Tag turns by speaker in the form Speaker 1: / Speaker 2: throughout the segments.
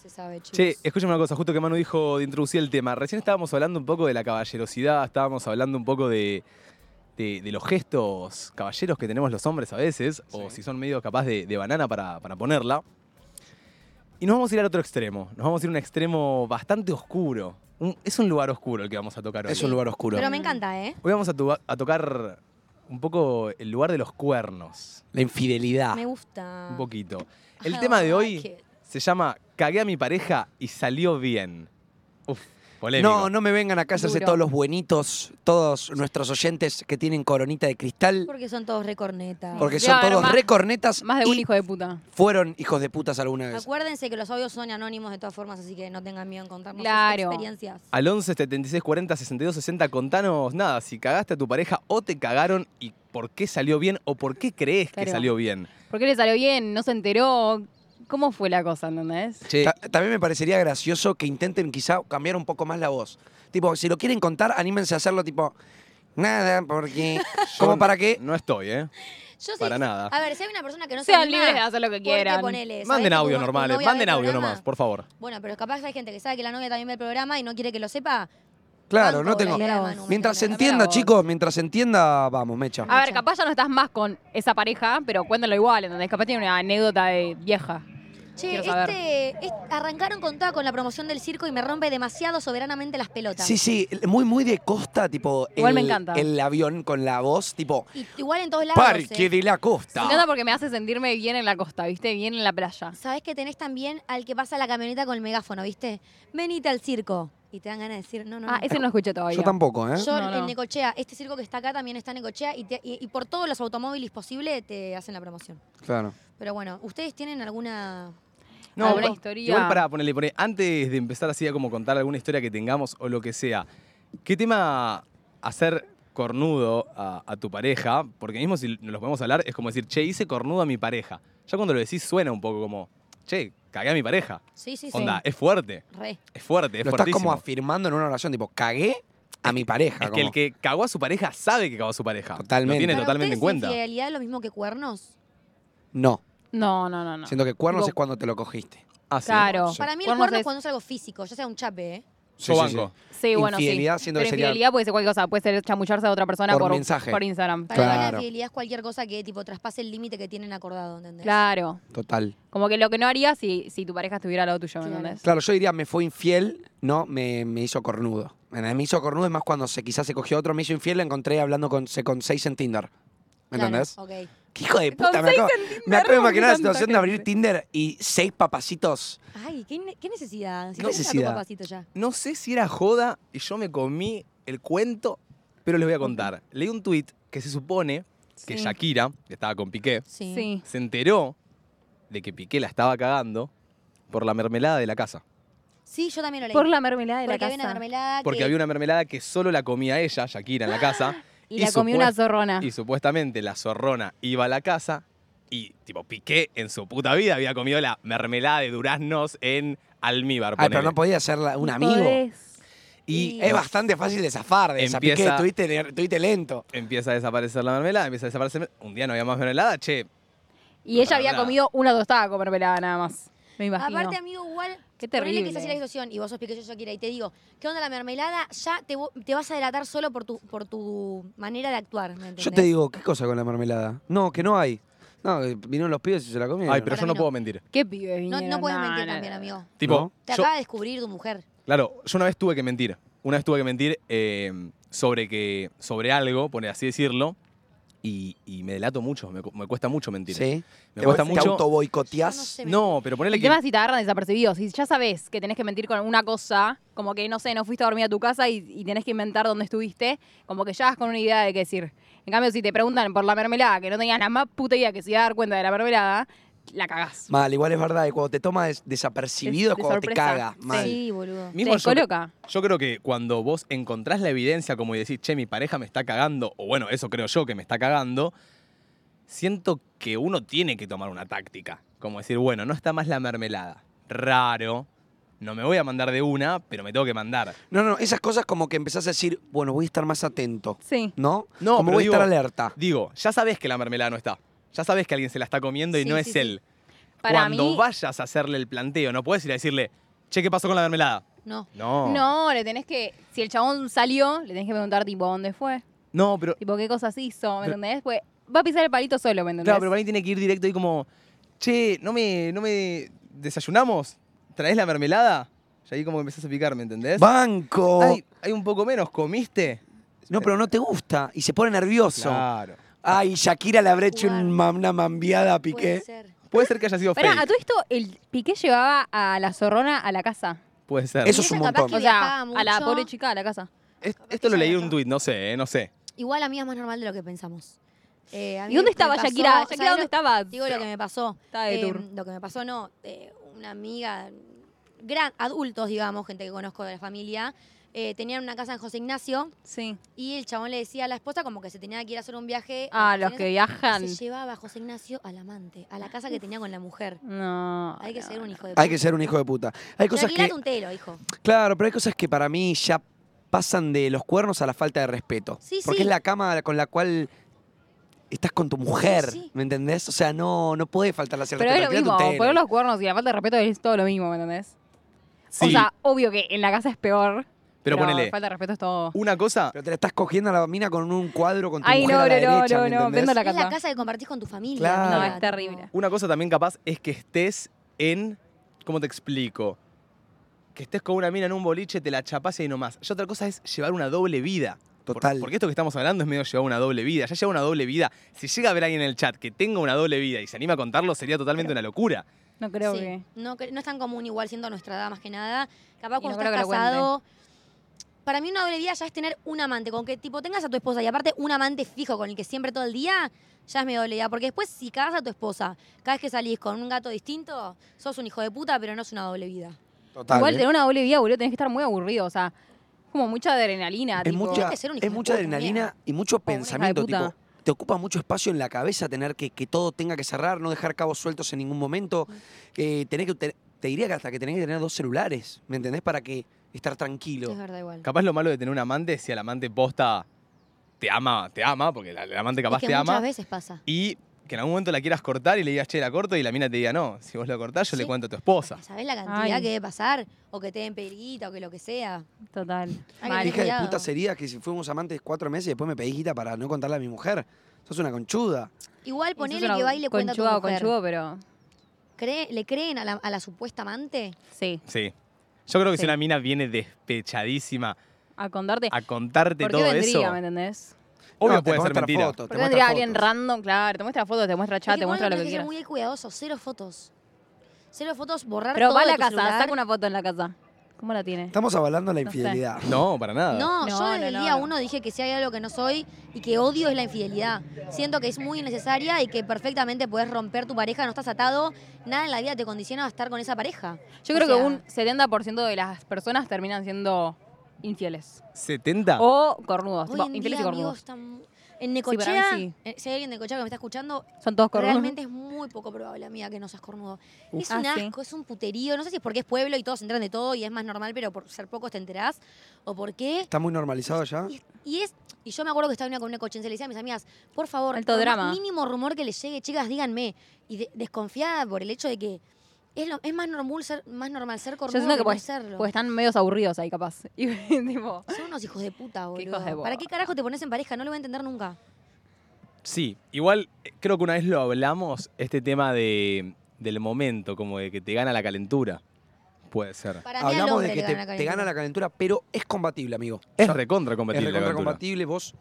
Speaker 1: se sabe, chicos.
Speaker 2: Che, escúchame una cosa, justo que Manu dijo de introducir el tema. Recién estábamos hablando un poco de la caballerosidad, estábamos hablando un poco de, de- de los gestos caballeros que tenemos los hombres a veces, o si son medio capaz de, de banana para, para ponerla. Y nos vamos a ir al otro extremo, nos vamos a ir a un extremo bastante oscuro. Un- es un lugar oscuro el que vamos a tocar hoy.
Speaker 3: Es un lugar oscuro.
Speaker 2: mm,
Speaker 1: Pero me encanta, ¿eh?
Speaker 2: Hoy vamos a, tu- a tocar un poco el lugar de los cuernos,
Speaker 3: La infidelidad.
Speaker 1: Me gusta.
Speaker 2: ah, un poquito. El
Speaker 1: I
Speaker 2: tema de hoy
Speaker 1: like it.
Speaker 2: se llama Cagué a mi pareja y salió bien. Uf, polémico.
Speaker 3: No, no me vengan acá a hacerse
Speaker 1: Duro.
Speaker 3: todos los buenitos, todos nuestros oyentes que tienen coronita de cristal,
Speaker 1: Porque son todos recornetas.
Speaker 3: porque
Speaker 4: Debe
Speaker 3: son
Speaker 4: haber
Speaker 3: todos
Speaker 4: más-
Speaker 3: recornetas
Speaker 4: Más de un
Speaker 3: y
Speaker 4: hijo de puta.
Speaker 3: fueron hijos de putas alguna vez.
Speaker 1: Acuérdense que los audios son anónimos de todas formas, así que no tengan miedo en contarnos
Speaker 4: Claro.
Speaker 1: sus experiencias.
Speaker 2: Al 11 76 40 62 60 contanos nada, si cagaste a tu pareja o te cagaron y por qué salió bien o por qué crees que
Speaker 4: Claro.
Speaker 2: salió bien.
Speaker 4: ¿Por qué le salió bien? ¿No se enteró? ¿Cómo fue la cosa, entendés?
Speaker 2: Che,
Speaker 3: Eh, Ta- También me parecería gracioso que intenten quizá cambiar un poco más la voz. Tipo, si lo quieren contar, anímense a hacerlo tipo, nada, porque... como para que
Speaker 2: no estoy, ¿eh?
Speaker 1: Yo sí-
Speaker 2: Para nada.
Speaker 1: A ver, si hay una persona que no se
Speaker 4: Sean
Speaker 1: anima,
Speaker 4: libres de hacer lo que
Speaker 1: ¿por qué
Speaker 4: quieran.
Speaker 1: ponele? Eh, ¿Sabés
Speaker 2: Manden
Speaker 1: que tu
Speaker 2: audios
Speaker 1: no- tu
Speaker 2: normales,
Speaker 1: novia ve
Speaker 2: manden
Speaker 1: el
Speaker 2: audio
Speaker 1: programa?
Speaker 2: nomás, por favor.
Speaker 1: Bueno, pero capaz hay gente que sabe que la novia también ve el programa y no quiere que lo sepa.
Speaker 3: Claro,
Speaker 1: Banco
Speaker 3: no tengo.
Speaker 1: la idea de Manu,
Speaker 3: Mientras se
Speaker 1: me encanta.
Speaker 3: entienda,
Speaker 4: vos.
Speaker 3: chicos, mientras se entienda, vamos, mecha.
Speaker 4: A ver, capaz ya no estás más con esa pareja, pero cuéntalo igual, ¿entendés? Capaz tiene una anécdota de vieja.
Speaker 1: Che,
Speaker 4: Quiero saber.
Speaker 1: este, est- arrancaron con toda con la promoción del circo y me rompe demasiado soberanamente las pelotas.
Speaker 3: Sí, sí, muy, muy de costa, tipo.
Speaker 4: Igual
Speaker 3: el,
Speaker 4: me encanta.
Speaker 3: El avión con la voz, tipo.
Speaker 1: Y igual en todos lados. eh.
Speaker 3: Parque de la
Speaker 4: Me
Speaker 3: costa.
Speaker 4: encanta porque me hace sentirme bien en la costa, ¿viste? Bien en la playa.
Speaker 1: Sabes que tenés también al que pasa la camioneta con el megáfono, ¿viste? Venite al circo. Y te dan ganas de decir, no, no.
Speaker 4: Ah,
Speaker 1: no.
Speaker 4: ese no lo escuché todavía.
Speaker 3: Yo tampoco, ¿eh?
Speaker 1: Yo
Speaker 4: No,
Speaker 1: en
Speaker 4: no.
Speaker 1: Necochea, este circo que está acá también está en Necochea y, te- y- y por todos los automóviles posibles te hacen la promoción.
Speaker 3: Claro.
Speaker 1: Pero bueno, ¿ustedes tienen alguna...?
Speaker 4: ¿Alguna
Speaker 2: pero-
Speaker 4: historia?
Speaker 2: Igual para ponerle, poner, antes de empezar así a como contar alguna historia que tengamos o lo que sea, ¿qué tema hacer cornudo a, a tu pareja? Porque mismo si nos lo podemos hablar, es como decir, che, hice cornudo a mi pareja. Ya cuando lo decís suena un poco como, che, cagué a mi pareja.
Speaker 1: Sí, sí, sí.
Speaker 2: Onda,
Speaker 3: eh,
Speaker 2: es fuerte,
Speaker 1: Re.
Speaker 2: es fuerte, es
Speaker 3: Lo estás
Speaker 2: fuertísimo.
Speaker 3: como afirmando en una oración, tipo, cagué a mi pareja.
Speaker 2: es que el
Speaker 3: como.
Speaker 2: que cagó a su pareja sabe que cagó a su pareja.
Speaker 3: Totalmente.
Speaker 2: Lo tiene
Speaker 1: ¿Para
Speaker 2: totalmente en
Speaker 1: ustedes
Speaker 2: cuenta.
Speaker 1: infidelidad es lo mismo que cuernos?
Speaker 3: No.
Speaker 4: No, no, no, no.
Speaker 3: Siento que cuernos
Speaker 4: Tipo-
Speaker 3: es cuando te lo cogiste.
Speaker 2: Ah, sí.
Speaker 4: Claro.
Speaker 3: Sí.
Speaker 1: Para mí el
Speaker 4: Cuernos
Speaker 1: cuerno es
Speaker 4: es-
Speaker 1: cuando es algo físico, ya sea un chape, ¿eh?
Speaker 2: Yo
Speaker 3: Sí, sí,
Speaker 2: banco.
Speaker 4: Sí, bueno, sí.
Speaker 3: Infidelidad, siento que
Speaker 4: Pero
Speaker 3: sería-
Speaker 4: infidelidad puede ser cualquier cosa. Puede ser chamucharse a otra persona
Speaker 3: Por
Speaker 4: por,
Speaker 3: mensaje.
Speaker 4: por Instagram.
Speaker 1: Para mí la
Speaker 3: Claro.
Speaker 1: infidelidad es cualquier cosa que tipo traspase el límite que tienen acordado, ¿entendés?
Speaker 4: Claro.
Speaker 3: Total.
Speaker 4: Como que lo que no haría si, si tu pareja estuviera al lado tuyo, ¿me
Speaker 1: Claro.
Speaker 4: entendés?
Speaker 3: Claro, yo diría, me fue infiel, no, me, me hizo cornudo. Me me hizo cornudo, es más cuando se, quizás se cogió otro, me hizo infiel, la encontré hablando con, se- con seis en Tinder. ¿Me
Speaker 1: Claro,
Speaker 3: entendés?
Speaker 1: ok.
Speaker 3: ¡Qué hijo de
Speaker 4: Con
Speaker 3: puta! Me
Speaker 4: seis
Speaker 3: acabo,
Speaker 4: en Tinder,
Speaker 3: me acabo de
Speaker 4: no,
Speaker 3: imaginar la
Speaker 4: tanta
Speaker 3: situación de abrir
Speaker 4: gente.
Speaker 3: Tinder y seis papacitos.
Speaker 1: Ay, ¿qué, ne- qué necesidad? Si
Speaker 3: No
Speaker 1: te gusta tu
Speaker 3: necesidad.
Speaker 1: papacito ya.
Speaker 2: No sé si era joda y yo me comí el cuento, pero les voy a contar. Leí un tuit que se supone que
Speaker 4: Sí.
Speaker 2: Shakira, que estaba con Piqué,
Speaker 1: Sí.
Speaker 4: Sí.
Speaker 2: se enteró de que Piqué la estaba cagando por la mermelada de la casa.
Speaker 1: Sí, yo también lo leí.
Speaker 4: Por la mermelada de
Speaker 1: Porque
Speaker 4: la
Speaker 1: había una
Speaker 4: casa.
Speaker 1: mermelada
Speaker 2: Porque
Speaker 1: que-
Speaker 2: había una mermelada que solo la comía ella, Shakira, en la casa.
Speaker 4: y la
Speaker 2: supuest-
Speaker 4: comió una zorrona.
Speaker 2: Y supuestamente la zorrona iba a la casa y, tipo, Piqué en su puta vida había comido la mermelada de duraznos en almíbar.
Speaker 3: Ay, pero
Speaker 2: ponele.
Speaker 3: no podía ser la- un amigo.
Speaker 4: Podés.
Speaker 2: y
Speaker 3: Es bastante fácil de zafar de esa pique,
Speaker 2: Empieza-
Speaker 3: tuviste, le- tuviste lento.
Speaker 2: empieza a desaparecer la mermelada, empieza a desaparecer. Un día no había más mermelada, che,
Speaker 4: Y ella había
Speaker 2: Mermelada.
Speaker 4: comido una tostada con mermelada nada más. Me imagino.
Speaker 1: Aparte, amigo, igual.
Speaker 4: Qué
Speaker 1: Ponele que
Speaker 4: terrible.
Speaker 1: estás en la situación y vos sos piqueño, yo quiera y te digo, ¿qué onda la mermelada? Ya te, vo- te vas a delatar solo por tu, por tu manera de actuar. ¿me entendés?
Speaker 3: Yo te digo, ¿qué cosa con la mermelada? No, que no hay. No, eh, vinieron los pibes y se la comieron.
Speaker 2: Ay, pero yo
Speaker 1: Para
Speaker 2: no
Speaker 1: mí no.
Speaker 2: puedo mentir.
Speaker 4: ¿Qué pibe
Speaker 1: No,
Speaker 4: vinieron?
Speaker 1: no puedes mentir
Speaker 4: no,
Speaker 1: también,
Speaker 4: no.
Speaker 1: amigo.
Speaker 2: Tipo,
Speaker 3: ¿No?
Speaker 1: Te
Speaker 2: yo-
Speaker 1: acaba de descubrir tu mujer.
Speaker 2: claro, yo una vez tuve que mentir. Una vez tuve que mentir eh, sobre que sobre algo, por así decirlo, y, y me delato mucho, me, cu- me cuesta mucho mentir.
Speaker 3: Sí.
Speaker 2: Me cuesta
Speaker 3: ¿Te
Speaker 2: mucho.
Speaker 3: autoboicoteás?
Speaker 1: Yo no sé.
Speaker 2: No, pero ponele
Speaker 4: El
Speaker 2: que
Speaker 4: tema es si te agarran desapercibido. Si ya sabes que tenés que mentir con una cosa, como que, no sé, no fuiste a dormir a tu casa y, y tenés que inventar dónde estuviste, como que ya vas con una idea de qué decir. En cambio, si te preguntan por la mermelada, que no tenías la más puta idea que se iba a dar cuenta de la mermelada, la cagás.
Speaker 3: Mal, igual es verdad, que cuando te toma des- desapercibido
Speaker 4: De-
Speaker 3: es
Speaker 4: de
Speaker 3: cuando te
Speaker 4: sorpresa.
Speaker 3: caga. Mal.
Speaker 1: Sí, boludo.
Speaker 4: Te
Speaker 2: mismo yo,
Speaker 4: descoloca.
Speaker 2: yo creo que cuando vos encontrás la evidencia como y decís, che, mi pareja me está cagando, o bueno, eso creo yo que me está cagando, siento que uno tiene que tomar una táctica. Como decir, bueno, no está más la mermelada. Raro. No me voy a mandar de una, pero me tengo que mandar.
Speaker 3: No, no, esas cosas como que empezás a decir, bueno, voy a estar más atento.
Speaker 4: Sí.
Speaker 3: ¿No?
Speaker 2: No,
Speaker 3: como
Speaker 2: pero
Speaker 3: voy a estar
Speaker 2: digo-
Speaker 3: alerta.
Speaker 2: Digo, ya sabés que la mermelada no está. Ya sabés que alguien se la está comiendo y
Speaker 1: Sí,
Speaker 2: no
Speaker 1: sí,
Speaker 2: es
Speaker 1: sí.
Speaker 2: él.
Speaker 4: Para
Speaker 2: cuando
Speaker 4: mí-
Speaker 2: vayas a hacerle el planteo, no puedes ir a decirle, che, ¿qué pasó con la mermelada?
Speaker 1: No.
Speaker 2: No.
Speaker 4: No, le tenés que. Si el chabón salió, le tenés que preguntar, tipo, ¿dónde fue?
Speaker 2: No, pero.
Speaker 4: Tipo, ¿qué cosas hizo? ¿Me
Speaker 2: Pero-
Speaker 4: entendés? Pues va a pisar el palito solo, ¿me entendés?
Speaker 2: Claro, pero para mí tiene que ir directo y como, che, ¿no me, no me desayunamos? ¿Traes la mermelada? Y ahí como que empezás a picar, ¿me entendés?
Speaker 3: ¡Banco!
Speaker 2: Ay, hay un poco menos, ¿comiste?
Speaker 3: No, pero no te gusta. Y se pone nervioso.
Speaker 2: Claro.
Speaker 3: Ay, Shakira le habrá hecho
Speaker 1: Jugar.
Speaker 3: un mam- una mambiada a
Speaker 1: Puede
Speaker 3: Piqué.
Speaker 1: ser.
Speaker 2: Puede ser que haya sido
Speaker 4: Pará, a
Speaker 2: fake.
Speaker 4: todo esto, el Piqué llevaba a la zorrona a la casa.
Speaker 2: Puede ser.
Speaker 3: Eso es
Speaker 1: Ella
Speaker 3: un
Speaker 1: capaz que
Speaker 3: montón.
Speaker 4: O sea,
Speaker 1: viajaba
Speaker 4: a la
Speaker 1: mucho.
Speaker 4: pobre chica a la casa.
Speaker 2: Es-
Speaker 1: capaz
Speaker 2: esto
Speaker 1: que
Speaker 2: lo
Speaker 1: ya
Speaker 2: leí en
Speaker 1: viajó.
Speaker 2: un tuit, no sé, eh, no sé.
Speaker 1: Igual a mí es más normal de lo que pensamos. Eh, a mí
Speaker 4: ¿Y dónde
Speaker 1: me
Speaker 4: estaba
Speaker 1: pasó-
Speaker 4: Shakira?
Speaker 1: ¿sabes
Speaker 4: ¿Shakira dónde
Speaker 1: lo-
Speaker 4: estaba?
Speaker 1: Digo lo que me pasó.
Speaker 4: Estaba de
Speaker 1: Eh,
Speaker 4: tour.
Speaker 1: lo que me pasó, no. eh, una amiga, gran, adultos, digamos, gente que conozco de la familia, eh, tenían una casa en José Ignacio
Speaker 4: Sí.
Speaker 1: y el chabón le decía a la esposa como que se tenía que ir a hacer un viaje.
Speaker 4: Ah,
Speaker 1: a
Speaker 4: los
Speaker 1: José
Speaker 4: que
Speaker 1: Ignacio,
Speaker 4: viajan.
Speaker 1: y Se llevaba a José Ignacio al amante, a la casa que tenía con la mujer.
Speaker 4: No.
Speaker 1: Hay que ser un hijo de
Speaker 3: Hay que ser un hijo de puta. Hay cosas
Speaker 1: Shakira
Speaker 3: que.
Speaker 1: es un telo, hijo.
Speaker 3: Claro, pero hay cosas que para mí ya pasan de los cuernos a la falta de respeto.
Speaker 1: Sí,
Speaker 3: Porque
Speaker 1: sí.
Speaker 3: es la cama con la cual estás con tu mujer,
Speaker 1: sí.
Speaker 3: ¿me entendés? O sea, no, no puede faltar la
Speaker 4: Pero es lo mismo, poner
Speaker 3: Pero,
Speaker 4: los cuernos y la falta de respeto es todo lo mismo, ¿me entendés? O
Speaker 2: Sí,
Speaker 4: sea, obvio que en la casa es peor.
Speaker 2: pero ponele.
Speaker 4: falta de respeto es todo.
Speaker 2: Una cosa,
Speaker 3: te la estás cogiendo a la mina con un cuadro con tu
Speaker 4: Ay,
Speaker 3: mujer
Speaker 4: no,
Speaker 3: a la
Speaker 4: no, no,
Speaker 3: derecha,
Speaker 4: no,
Speaker 3: ¿me
Speaker 4: no,
Speaker 3: entendés?
Speaker 4: vendo La
Speaker 1: Es la
Speaker 4: casa.
Speaker 1: casa que compartís con tu familia.
Speaker 3: Claro.
Speaker 1: amiga,
Speaker 4: No, es
Speaker 1: tipo,
Speaker 4: terrible.
Speaker 2: una cosa también capaz es que estés en. ¿Cómo te explico? Que estés con una mina en un boliche, te la chapás y ahí nomás. Y otra cosa es llevar una doble vida. Por-
Speaker 3: Total.
Speaker 2: porque esto que estamos hablando es medio llevar una doble vida. Ya lleva una doble vida. Si llega a haber alguien en el chat que tenga una doble vida y se anima a contarlo, sería totalmente una locura.
Speaker 4: No creo
Speaker 1: Sí,
Speaker 4: que.
Speaker 1: No, cre- no es tan común igual siendo nuestra edad más que nada. Capaz
Speaker 4: Y no
Speaker 1: cuando
Speaker 4: creo
Speaker 1: estás
Speaker 4: que lo cuente.
Speaker 1: casado. Para mí una doble vida ya es tener un amante, con que tipo tengas a tu esposa y aparte un amante fijo con el que siempre todo el día, ya es mi doble vida. Porque después si cagas a tu esposa, cada vez que salís con un gato distinto, sos un hijo de puta, pero no es una doble vida.
Speaker 3: Total,
Speaker 4: Igual
Speaker 3: ¿eh?
Speaker 4: tener una doble vida, boludo, tenés que estar muy aburrido. O sea, como mucha adrenalina.
Speaker 3: Es
Speaker 4: tipo,
Speaker 3: mucha,
Speaker 1: Tenés que ser un hijo
Speaker 3: es
Speaker 1: de
Speaker 3: mucha
Speaker 1: puta Oh,
Speaker 3: adrenalina y mucho
Speaker 4: una hija de
Speaker 3: pensamiento,
Speaker 4: puta.
Speaker 3: tipo, te ocupa mucho espacio en la cabeza tener que, que todo tenga que cerrar, no dejar cabos sueltos en ningún momento.
Speaker 1: Mm.
Speaker 3: Eh, tenés que, te, te diría que hasta que tenés que tener dos celulares, ¿me entendés? Para que estar tranquilo.
Speaker 1: Es verdad igual.
Speaker 2: Capaz lo malo de tener un amante es si el amante posta te ama, te ama, porque la- el amante capaz
Speaker 1: es que
Speaker 2: te
Speaker 1: muchas
Speaker 2: ama.
Speaker 1: veces pasa.
Speaker 2: Y que en algún momento la quieras cortar y le digas, che, la corto, y la mina te diga, no, si vos la cortás, yo le
Speaker 1: Sí.
Speaker 2: cuento a tu esposa.
Speaker 1: ¿Sabés la cantidad
Speaker 4: Ay.
Speaker 1: que debe pasar? O que te den periguita o que lo que sea.
Speaker 4: Total.
Speaker 1: que
Speaker 4: Mal.
Speaker 1: tener
Speaker 3: Hija de
Speaker 1: cuidado.
Speaker 3: puta sería que si fuimos amantes cuatro meses y después me pedís guita para no contarle a mi mujer. Sos una conchuda.
Speaker 1: Igual
Speaker 4: Y sos
Speaker 1: ponele
Speaker 4: una
Speaker 1: que va y le cuenta a tu
Speaker 4: conchuda o
Speaker 1: mujer.
Speaker 4: conchudo, pero.
Speaker 1: ¿Cree- ¿Le creen a la, a la supuesta amante?
Speaker 4: Sí.
Speaker 2: Sí. Yo creo que
Speaker 4: Sí.
Speaker 2: si una mina viene despechadísima
Speaker 4: A contarte.
Speaker 2: a contarte
Speaker 4: ¿Por qué
Speaker 2: todo
Speaker 4: vendría,
Speaker 2: eso,
Speaker 4: me entendés?
Speaker 2: obvio
Speaker 3: No, te
Speaker 2: puede ser
Speaker 3: muestra
Speaker 2: mentira.
Speaker 3: fotos,
Speaker 4: ¿Por
Speaker 3: te
Speaker 4: qué
Speaker 3: muestra
Speaker 4: vendría alguien
Speaker 3: fotos.
Speaker 4: random? Claro, te muestra fotos, te muestra
Speaker 1: Es
Speaker 4: chat,
Speaker 1: que
Speaker 4: te
Speaker 1: vos
Speaker 4: muestra lo
Speaker 1: tenés
Speaker 4: que
Speaker 1: ser
Speaker 4: quieras.
Speaker 1: muy cuidadoso, cero fotos. Cero fotos, borrar
Speaker 4: Pero
Speaker 1: todo
Speaker 4: va a
Speaker 1: de
Speaker 4: la
Speaker 1: tu
Speaker 4: casa,
Speaker 1: celular.
Speaker 4: saca una foto en la casa. ¿Cómo la tiene?
Speaker 3: Estamos avalando la
Speaker 4: No sé.
Speaker 3: infidelidad.
Speaker 2: No, para nada.
Speaker 1: No, yo
Speaker 4: No,
Speaker 1: desde
Speaker 4: no,
Speaker 1: el
Speaker 4: no,
Speaker 1: día
Speaker 4: no.
Speaker 1: uno dije que si hay algo que no soy y que odio es la infidelidad. Siento que es muy innecesaria y que perfectamente puedes romper tu pareja, no estás atado, nada en la vida te condiciona a estar con esa pareja.
Speaker 4: Yo
Speaker 1: O
Speaker 4: creo que
Speaker 1: sea,
Speaker 4: un 70% de las personas terminan siendo infieles.
Speaker 2: ¿70?
Speaker 4: O cornudos.
Speaker 1: Hoy
Speaker 4: tipo,
Speaker 1: en
Speaker 4: infieles
Speaker 1: día,
Speaker 4: y cornudos.
Speaker 1: amigos, están- En
Speaker 4: para mí
Speaker 1: Necochea,
Speaker 4: sí.
Speaker 1: eh, si hay alguien de Necochea que me está escuchando,
Speaker 4: Son todos cornudos.
Speaker 1: Realmente es muy poco probable, amiga, que no seas cornudo. Es
Speaker 4: Ah,
Speaker 1: un
Speaker 4: sí.
Speaker 1: asco, es un puterío. No sé si es porque es pueblo y todos se enteran de todo y es más normal, pero por ser pocos te enterás. O por qué.
Speaker 3: ¿Está muy normalizado
Speaker 4: Ah.
Speaker 3: ya?
Speaker 1: Y, y es. Y yo me acuerdo que estaba en una una cochense y le decía a mis amigas, por favor,
Speaker 4: Alto
Speaker 1: por más
Speaker 4: drama.
Speaker 1: mínimo rumor que les llegue, chicas, díganme. Y de- desconfiada por el hecho de que es, lo- es más, normal ser, más normal ser cornudo
Speaker 4: siento que
Speaker 1: que no
Speaker 4: pues-
Speaker 1: serlo.
Speaker 4: Pues están medios aburridos ahí, capaz. Y tipo,
Speaker 1: Son unos hijos de puta, boludo.
Speaker 4: Qué hijos de
Speaker 1: ¿Para
Speaker 4: boba.
Speaker 1: qué carajo te pones en pareja? No lo voy a entender nunca.
Speaker 2: Sí, igual eh, creo que una vez lo hablamos, este tema de, del momento, como de que te gana la calentura. Puede ser.
Speaker 1: Para mí al
Speaker 3: Hablamos
Speaker 1: hombre
Speaker 3: de que
Speaker 1: le
Speaker 3: te,
Speaker 1: gana la
Speaker 3: te gana
Speaker 1: calentura.
Speaker 3: la calentura, pero es combatible, amigo.
Speaker 2: Es recontra
Speaker 3: Es
Speaker 2: compatible la
Speaker 3: recontra
Speaker 2: calentura.
Speaker 3: combatible. Vos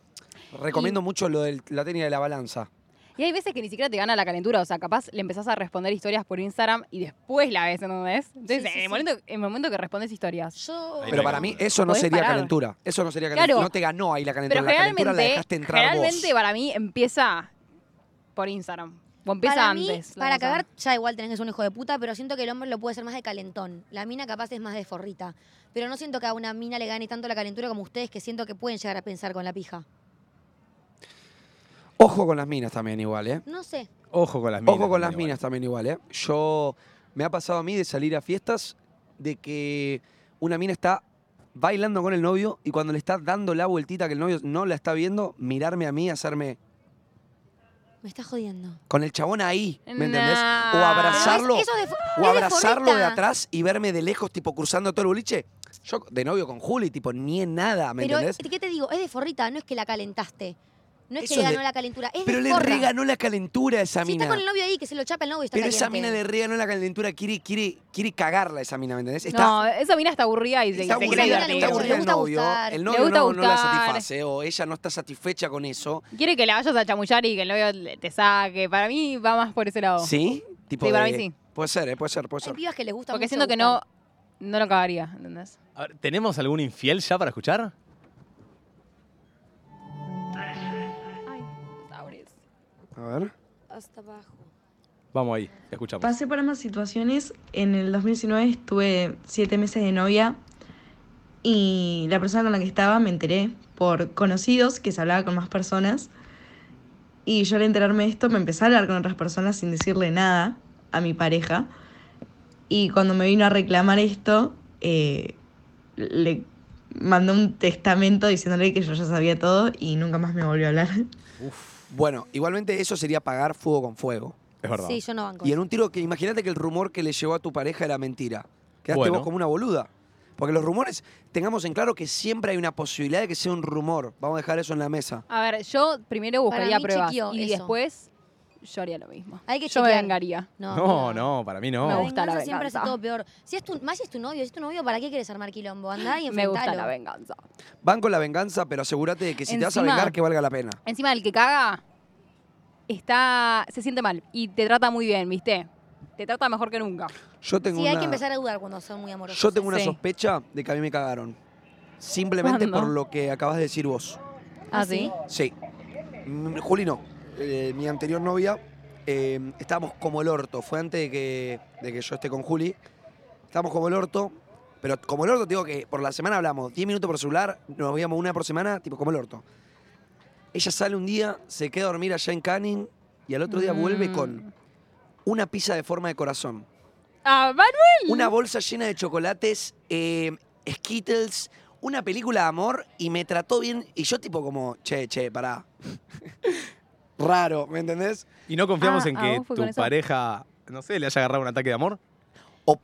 Speaker 3: recomiendo mucho lo de la técnica de la balanza.
Speaker 4: y hay veces que ni siquiera te gana la calentura. O sea, capaz le empezás a responder historias por Instagram y después la ves, ¿entendés? Entonces,
Speaker 1: Sí, sí,
Speaker 4: en, el
Speaker 1: sí.
Speaker 4: momento, en el momento que respondes historias.
Speaker 1: Yo.
Speaker 2: Ahí
Speaker 3: Pero
Speaker 2: tenés
Speaker 3: para
Speaker 2: que
Speaker 3: mí
Speaker 2: volver.
Speaker 3: eso no
Speaker 4: Podés
Speaker 3: sería
Speaker 4: parar.
Speaker 3: calentura. Eso no sería
Speaker 4: Claro.
Speaker 3: calentura. No te ganó ahí la calentura.
Speaker 4: Pero
Speaker 3: la calentura la
Speaker 4: generalmente,
Speaker 3: dejaste entrar
Speaker 4: generalmente
Speaker 3: vos.
Speaker 4: para mí empieza por Instagram. O empieza
Speaker 1: para mí,
Speaker 4: antes. la
Speaker 1: para
Speaker 4: cosa.
Speaker 1: cagar, ya igual tenés que ser un hijo de puta, pero siento que el hombre lo puede ser más de calentón. La mina capaz es más de forrita. Pero no siento que a una mina le gane tanto la calentura como ustedes, que siento que pueden llegar a pensar con la pija.
Speaker 3: Ojo con las minas también igual, ¿eh?
Speaker 1: No sé.
Speaker 2: Ojo con las minas.
Speaker 3: Ojo con las
Speaker 2: también,
Speaker 3: minas también igual, ¿eh? Yo me ha pasado a mí de salir a fiestas de que una mina está bailando con el novio y cuando le está dando la vueltita que el novio no la está viendo, mirarme a mí, hacerme
Speaker 1: Me está jodiendo.
Speaker 3: Con el chabón ahí, ¿me entendés?
Speaker 4: Nah.
Speaker 3: O abrazarlo.
Speaker 1: Pero es- eso de fo-
Speaker 3: o
Speaker 1: es de
Speaker 3: abrazarlo de
Speaker 1: fometa.
Speaker 3: atrás y verme de lejos, tipo cruzando todo el boliche. Yo de novio con Juli, tipo, ni en nada, ¿me
Speaker 1: Pero,
Speaker 3: entendés?
Speaker 1: ¿qué te digo? Es de forrita, no es que la calentaste. No es
Speaker 3: Eso
Speaker 1: que le
Speaker 3: es de-
Speaker 1: ganó la calentura. Es
Speaker 3: Pero
Speaker 1: de
Speaker 3: le
Speaker 1: forra.
Speaker 3: reganó la calentura a esa
Speaker 1: Si
Speaker 3: mina.
Speaker 1: está con el novio ahí, que se lo chapa el novio y está
Speaker 3: Pero esa
Speaker 1: caliente.
Speaker 3: mina le reganó la calentura, quiere, quiere, quiere cagarla esa mina, ¿me entendés? Está,
Speaker 4: No, esa mina está aburrida y se,
Speaker 3: está
Speaker 4: se
Speaker 3: aburrida,
Speaker 4: cree
Speaker 1: aburrida,
Speaker 3: está
Speaker 4: divertida.
Speaker 1: mucho,
Speaker 3: aburrida
Speaker 1: le
Speaker 3: el
Speaker 1: gusta
Speaker 3: novio.
Speaker 1: gustar.
Speaker 3: El
Speaker 1: Le
Speaker 3: novio
Speaker 4: gusta
Speaker 3: no, no la
Speaker 4: gustar.
Speaker 3: satisface o ella no está satisfecha con eso.
Speaker 4: Quiere que la vayas a chamullar y que el novio le- te saque. Para mí va más por ese
Speaker 1: Oh.
Speaker 4: lado.
Speaker 3: ¿Sí? Tipo
Speaker 4: Sí, para
Speaker 3: de-
Speaker 4: mí sí.
Speaker 3: Puede ser, ¿eh? puede ser, puede
Speaker 1: Hay
Speaker 3: ser.
Speaker 1: pibas que les gusta
Speaker 4: Porque
Speaker 1: mucho
Speaker 4: siento que no,
Speaker 1: gustar.
Speaker 4: no lo cagaría, ¿entendés?
Speaker 2: A ver, ¿Tenemos algún infiel ya para escuchar?
Speaker 3: A ver.
Speaker 1: Hasta abajo.
Speaker 2: Vamos ahí, la escuchamos.
Speaker 5: Pasé por ambas situaciones. En el 2019 estuve siete meses de novia y la persona con la que estaba me enteré por conocidos que se hablaba con más personas. Y yo al enterarme de esto me empecé a hablar con otras personas sin decirle nada a mi pareja. Y cuando me vino a reclamar esto, eh, le mandó un testamento diciéndole que yo ya sabía todo y nunca más me volvió a hablar.
Speaker 3: Bueno, igualmente eso sería pagar fuego con fuego.
Speaker 2: Es verdad.
Speaker 1: Sí, yo no banco.
Speaker 3: Y en un tiro que imagínate que el rumor que le llegó a tu pareja era mentira. Quedaste
Speaker 2: Bueno.
Speaker 3: vos como una boluda. Porque los rumores, tengamos en claro que siempre hay una posibilidad de que sea un rumor. Vamos a dejar eso en la mesa.
Speaker 4: A ver, yo primero
Speaker 1: Para
Speaker 4: buscaría
Speaker 1: mí
Speaker 4: pruebas
Speaker 1: chequeó
Speaker 4: y
Speaker 1: eso.
Speaker 4: después yo haría lo mismo.
Speaker 1: Hay que
Speaker 4: yo me
Speaker 1: chequear.
Speaker 4: vengaría.
Speaker 2: No, no, para mí no.
Speaker 4: Me
Speaker 1: La
Speaker 4: gusta la
Speaker 1: venganza siempre hace
Speaker 4: venganza.
Speaker 1: todo peor. Si es tu, más si es tu novio, si es tu novio, ¿para qué quieres armar quilombo? Andá y
Speaker 4: Me
Speaker 1: enfrentalo.
Speaker 4: gusta la venganza.
Speaker 3: Van con la venganza, pero asegúrate de que si te vas a
Speaker 4: Encima-
Speaker 3: vengar, que valga la pena.
Speaker 4: Encima el que caga está se siente mal y te trata muy bien, ¿viste? Te trata mejor que nunca.
Speaker 3: Yo tengo
Speaker 1: Sí,
Speaker 3: una,
Speaker 1: hay que empezar a dudar cuando son muy amorosos.
Speaker 3: yo tengo una
Speaker 4: Sí.
Speaker 3: sospecha de que a mí me cagaron. Simplemente
Speaker 4: ¿Cuándo?
Speaker 3: por lo que acabas de decir vos.
Speaker 1: ¿Ah, sí?
Speaker 3: Sí. Mm, Juli no. Eh, mi anterior novia, eh, estábamos como el orto. Fue antes de que, de que yo esté con Juli. Estábamos como el orto. Pero como el orto, te digo que por la semana hablamos 10 minutos por celular, nos veíamos una por semana, tipo como el orto. Ella sale un día, se queda a dormir allá en Canning y al otro día vuelve
Speaker 4: Mm.
Speaker 3: con una pizza de forma de corazón.
Speaker 4: Ah, Manuel.
Speaker 3: Una bolsa llena de chocolates, eh, Skittles, una película de amor y me trató bien. Y yo tipo como, che, che, pará. Raro, ¿me entendés?
Speaker 2: Y no confiamos
Speaker 4: Ah,
Speaker 2: en
Speaker 4: ah,
Speaker 2: que
Speaker 4: vos fue con
Speaker 2: tu
Speaker 4: eso.
Speaker 2: pareja, no sé, le haya agarrado un ataque de amor.
Speaker 3: O-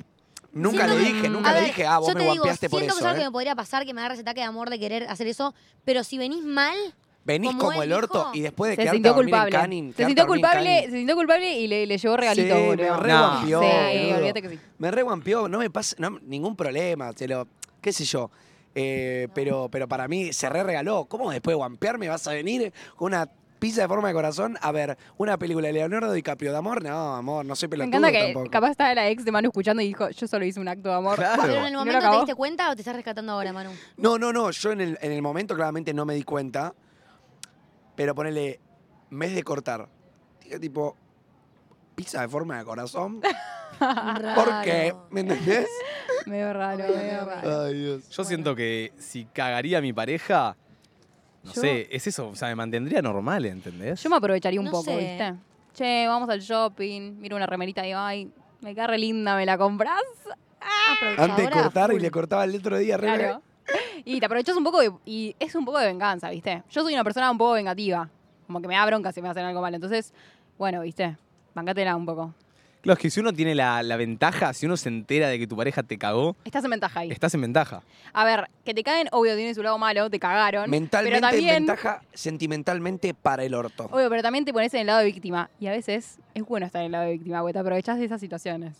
Speaker 3: nunca
Speaker 1: Siento
Speaker 3: le
Speaker 1: que-
Speaker 3: dije,
Speaker 4: mm,
Speaker 3: nunca
Speaker 1: a
Speaker 3: le
Speaker 1: ver,
Speaker 3: dije, ah, vos
Speaker 1: yo
Speaker 3: me
Speaker 1: te digo,
Speaker 3: guampeaste por
Speaker 1: siento que es
Speaker 3: eso.
Speaker 1: algo que
Speaker 3: ¿eh?
Speaker 1: me podría pasar, que me agarre ese ataque de amor de querer hacer eso, pero si venís mal,
Speaker 3: Venís
Speaker 1: como
Speaker 3: como,
Speaker 1: él
Speaker 3: el orto
Speaker 1: dijo,
Speaker 3: y después de
Speaker 4: Se
Speaker 3: quedarte
Speaker 4: sintió
Speaker 3: a dormir en
Speaker 4: culpable.
Speaker 3: Canning,
Speaker 4: se
Speaker 3: quedarte
Speaker 4: sintió
Speaker 3: a dormir en
Speaker 4: culpable, se
Speaker 3: Canning.
Speaker 4: sintió culpable y le, le llevó regalito,
Speaker 3: Sí, me
Speaker 4: boludo.
Speaker 3: re
Speaker 4: No.
Speaker 3: guampió,
Speaker 4: Sí,
Speaker 3: boludo.
Speaker 4: olvídate que sí.
Speaker 3: Me reguampeó, no me pasa, no, ningún problema, te lo, qué sé yo. Eh, pero, pero para mí se re regaló. ¿Cómo después de guampearme vas a venir con una pizza de forma de corazón a ver una película de Leonardo DiCaprio de amor? No, amor, no soy
Speaker 4: Me
Speaker 3: pelotudo
Speaker 4: encanta que
Speaker 3: tampoco.
Speaker 4: capaz estaba la ex de Manu escuchando y dijo, yo solo hice un acto de amor.
Speaker 2: Claro.
Speaker 1: pero en el
Speaker 4: ¿Y no lo
Speaker 1: momento te
Speaker 4: acabó?
Speaker 1: diste cuenta o te estás rescatando ahora, Manu.
Speaker 3: No, no, no, yo en el, en el momento claramente no me di cuenta, pero ponele mes de cortar. Dije, tipo, pizza de forma de corazón, Ah, ¿por qué?
Speaker 1: Raro.
Speaker 3: ¿Me entendés?
Speaker 4: Medio raro,
Speaker 1: Obvio,
Speaker 4: medio
Speaker 1: obvio,
Speaker 4: raro.
Speaker 1: obvio.
Speaker 3: Ay, Dios.
Speaker 2: Yo siento que si cagaría a mi pareja, no
Speaker 4: Yo-
Speaker 2: sé, es eso, o sea, me mantendría normal, ¿entendés?
Speaker 4: Yo me aprovecharía un
Speaker 1: No
Speaker 4: poco,
Speaker 1: sé.
Speaker 4: ¿viste? Che, vamos al shopping, miro una remerita y digo, ay, me queda re linda, ¿me la compras?
Speaker 3: Antes de
Speaker 1: Aprovechadora
Speaker 3: cortar y
Speaker 1: full.
Speaker 3: le cortaba el otro día, re-
Speaker 4: Claro. Y te aprovechas un poco de- y es un poco de venganza, ¿viste? Yo soy una persona un poco vengativa. Como que me da bronca si me hacen algo malo. Entonces, bueno, ¿viste? Bancatela un poco.
Speaker 2: Claro, es que si uno tiene la, la ventaja, si uno se entera de que tu pareja te cagó,
Speaker 4: Estás en ventaja ahí.
Speaker 2: estás en ventaja.
Speaker 4: A ver, que te caen, obvio, tiene su lado malo, te cagaron.
Speaker 3: Mentalmente
Speaker 4: pero también,
Speaker 3: en ventaja, sentimentalmente para el orto.
Speaker 4: Obvio, pero también te pones en el lado de víctima. Y a veces es bueno estar en el lado de víctima, porque te aprovechás de esas situaciones.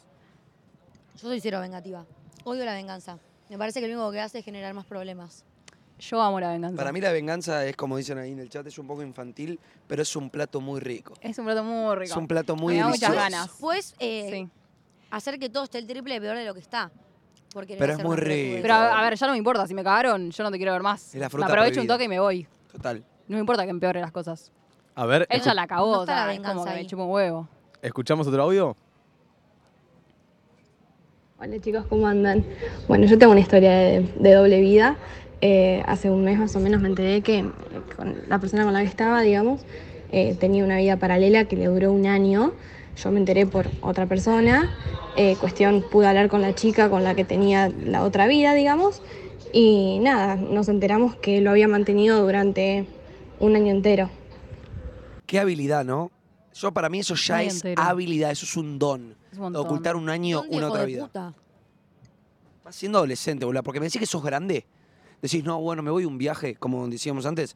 Speaker 1: Yo soy cero vengativa. Odio la venganza. Me parece que lo único que hace es generar más problemas.
Speaker 4: Yo amo la venganza.
Speaker 3: Para mí la venganza es como dicen ahí en el chat, es un poco infantil, pero es un plato muy rico.
Speaker 4: Es un plato muy rico.
Speaker 3: Es un plato muy
Speaker 4: Me da muchas
Speaker 3: delicioso.
Speaker 4: ganas.
Speaker 1: Pues eh,
Speaker 4: Sí.
Speaker 1: hacer que todo esté el triple peor de lo que está. Porque
Speaker 3: Pero es muy rico.
Speaker 4: Pero a, a ver, ya no me importa. Si me cagaron, yo no te quiero ver más.
Speaker 3: Es la
Speaker 4: me
Speaker 3: fruta
Speaker 4: aprovecho
Speaker 3: prohibida.
Speaker 4: un toque y me voy.
Speaker 3: Total.
Speaker 4: No me importa que empeore las cosas.
Speaker 2: A ver,
Speaker 4: Él ya la cagó,
Speaker 1: No
Speaker 4: o
Speaker 1: está
Speaker 4: sea,
Speaker 1: la
Speaker 4: es como
Speaker 1: venganza
Speaker 4: que me
Speaker 1: ahí.
Speaker 4: chupa un huevo.
Speaker 2: escu- ¿escuchamos otro audio?
Speaker 6: Hola chicos, ¿cómo andan? Bueno, yo tengo una historia de, de doble vida. Eh, hace un mes más o menos me enteré que eh, con la persona con la que estaba, digamos, eh, tenía una vida paralela que le duró un año. Yo me enteré por otra persona. Eh, cuestión, pude hablar con la chica con la que tenía la otra vida, digamos. Y nada, nos enteramos que lo había mantenido durante un año entero.
Speaker 3: Qué habilidad, ¿no? Yo para mí eso ya
Speaker 4: Muy
Speaker 3: es
Speaker 4: entero.
Speaker 3: habilidad, eso es un don.
Speaker 4: Es un montón.
Speaker 3: Ocultar un año
Speaker 1: Un
Speaker 3: una
Speaker 1: viejo
Speaker 3: otra
Speaker 1: de
Speaker 3: vida.
Speaker 1: puta.
Speaker 3: Vas siendo adolescente, boludo, porque me decís que sos grande. Decís, no, bueno, me voy a un viaje, como decíamos antes.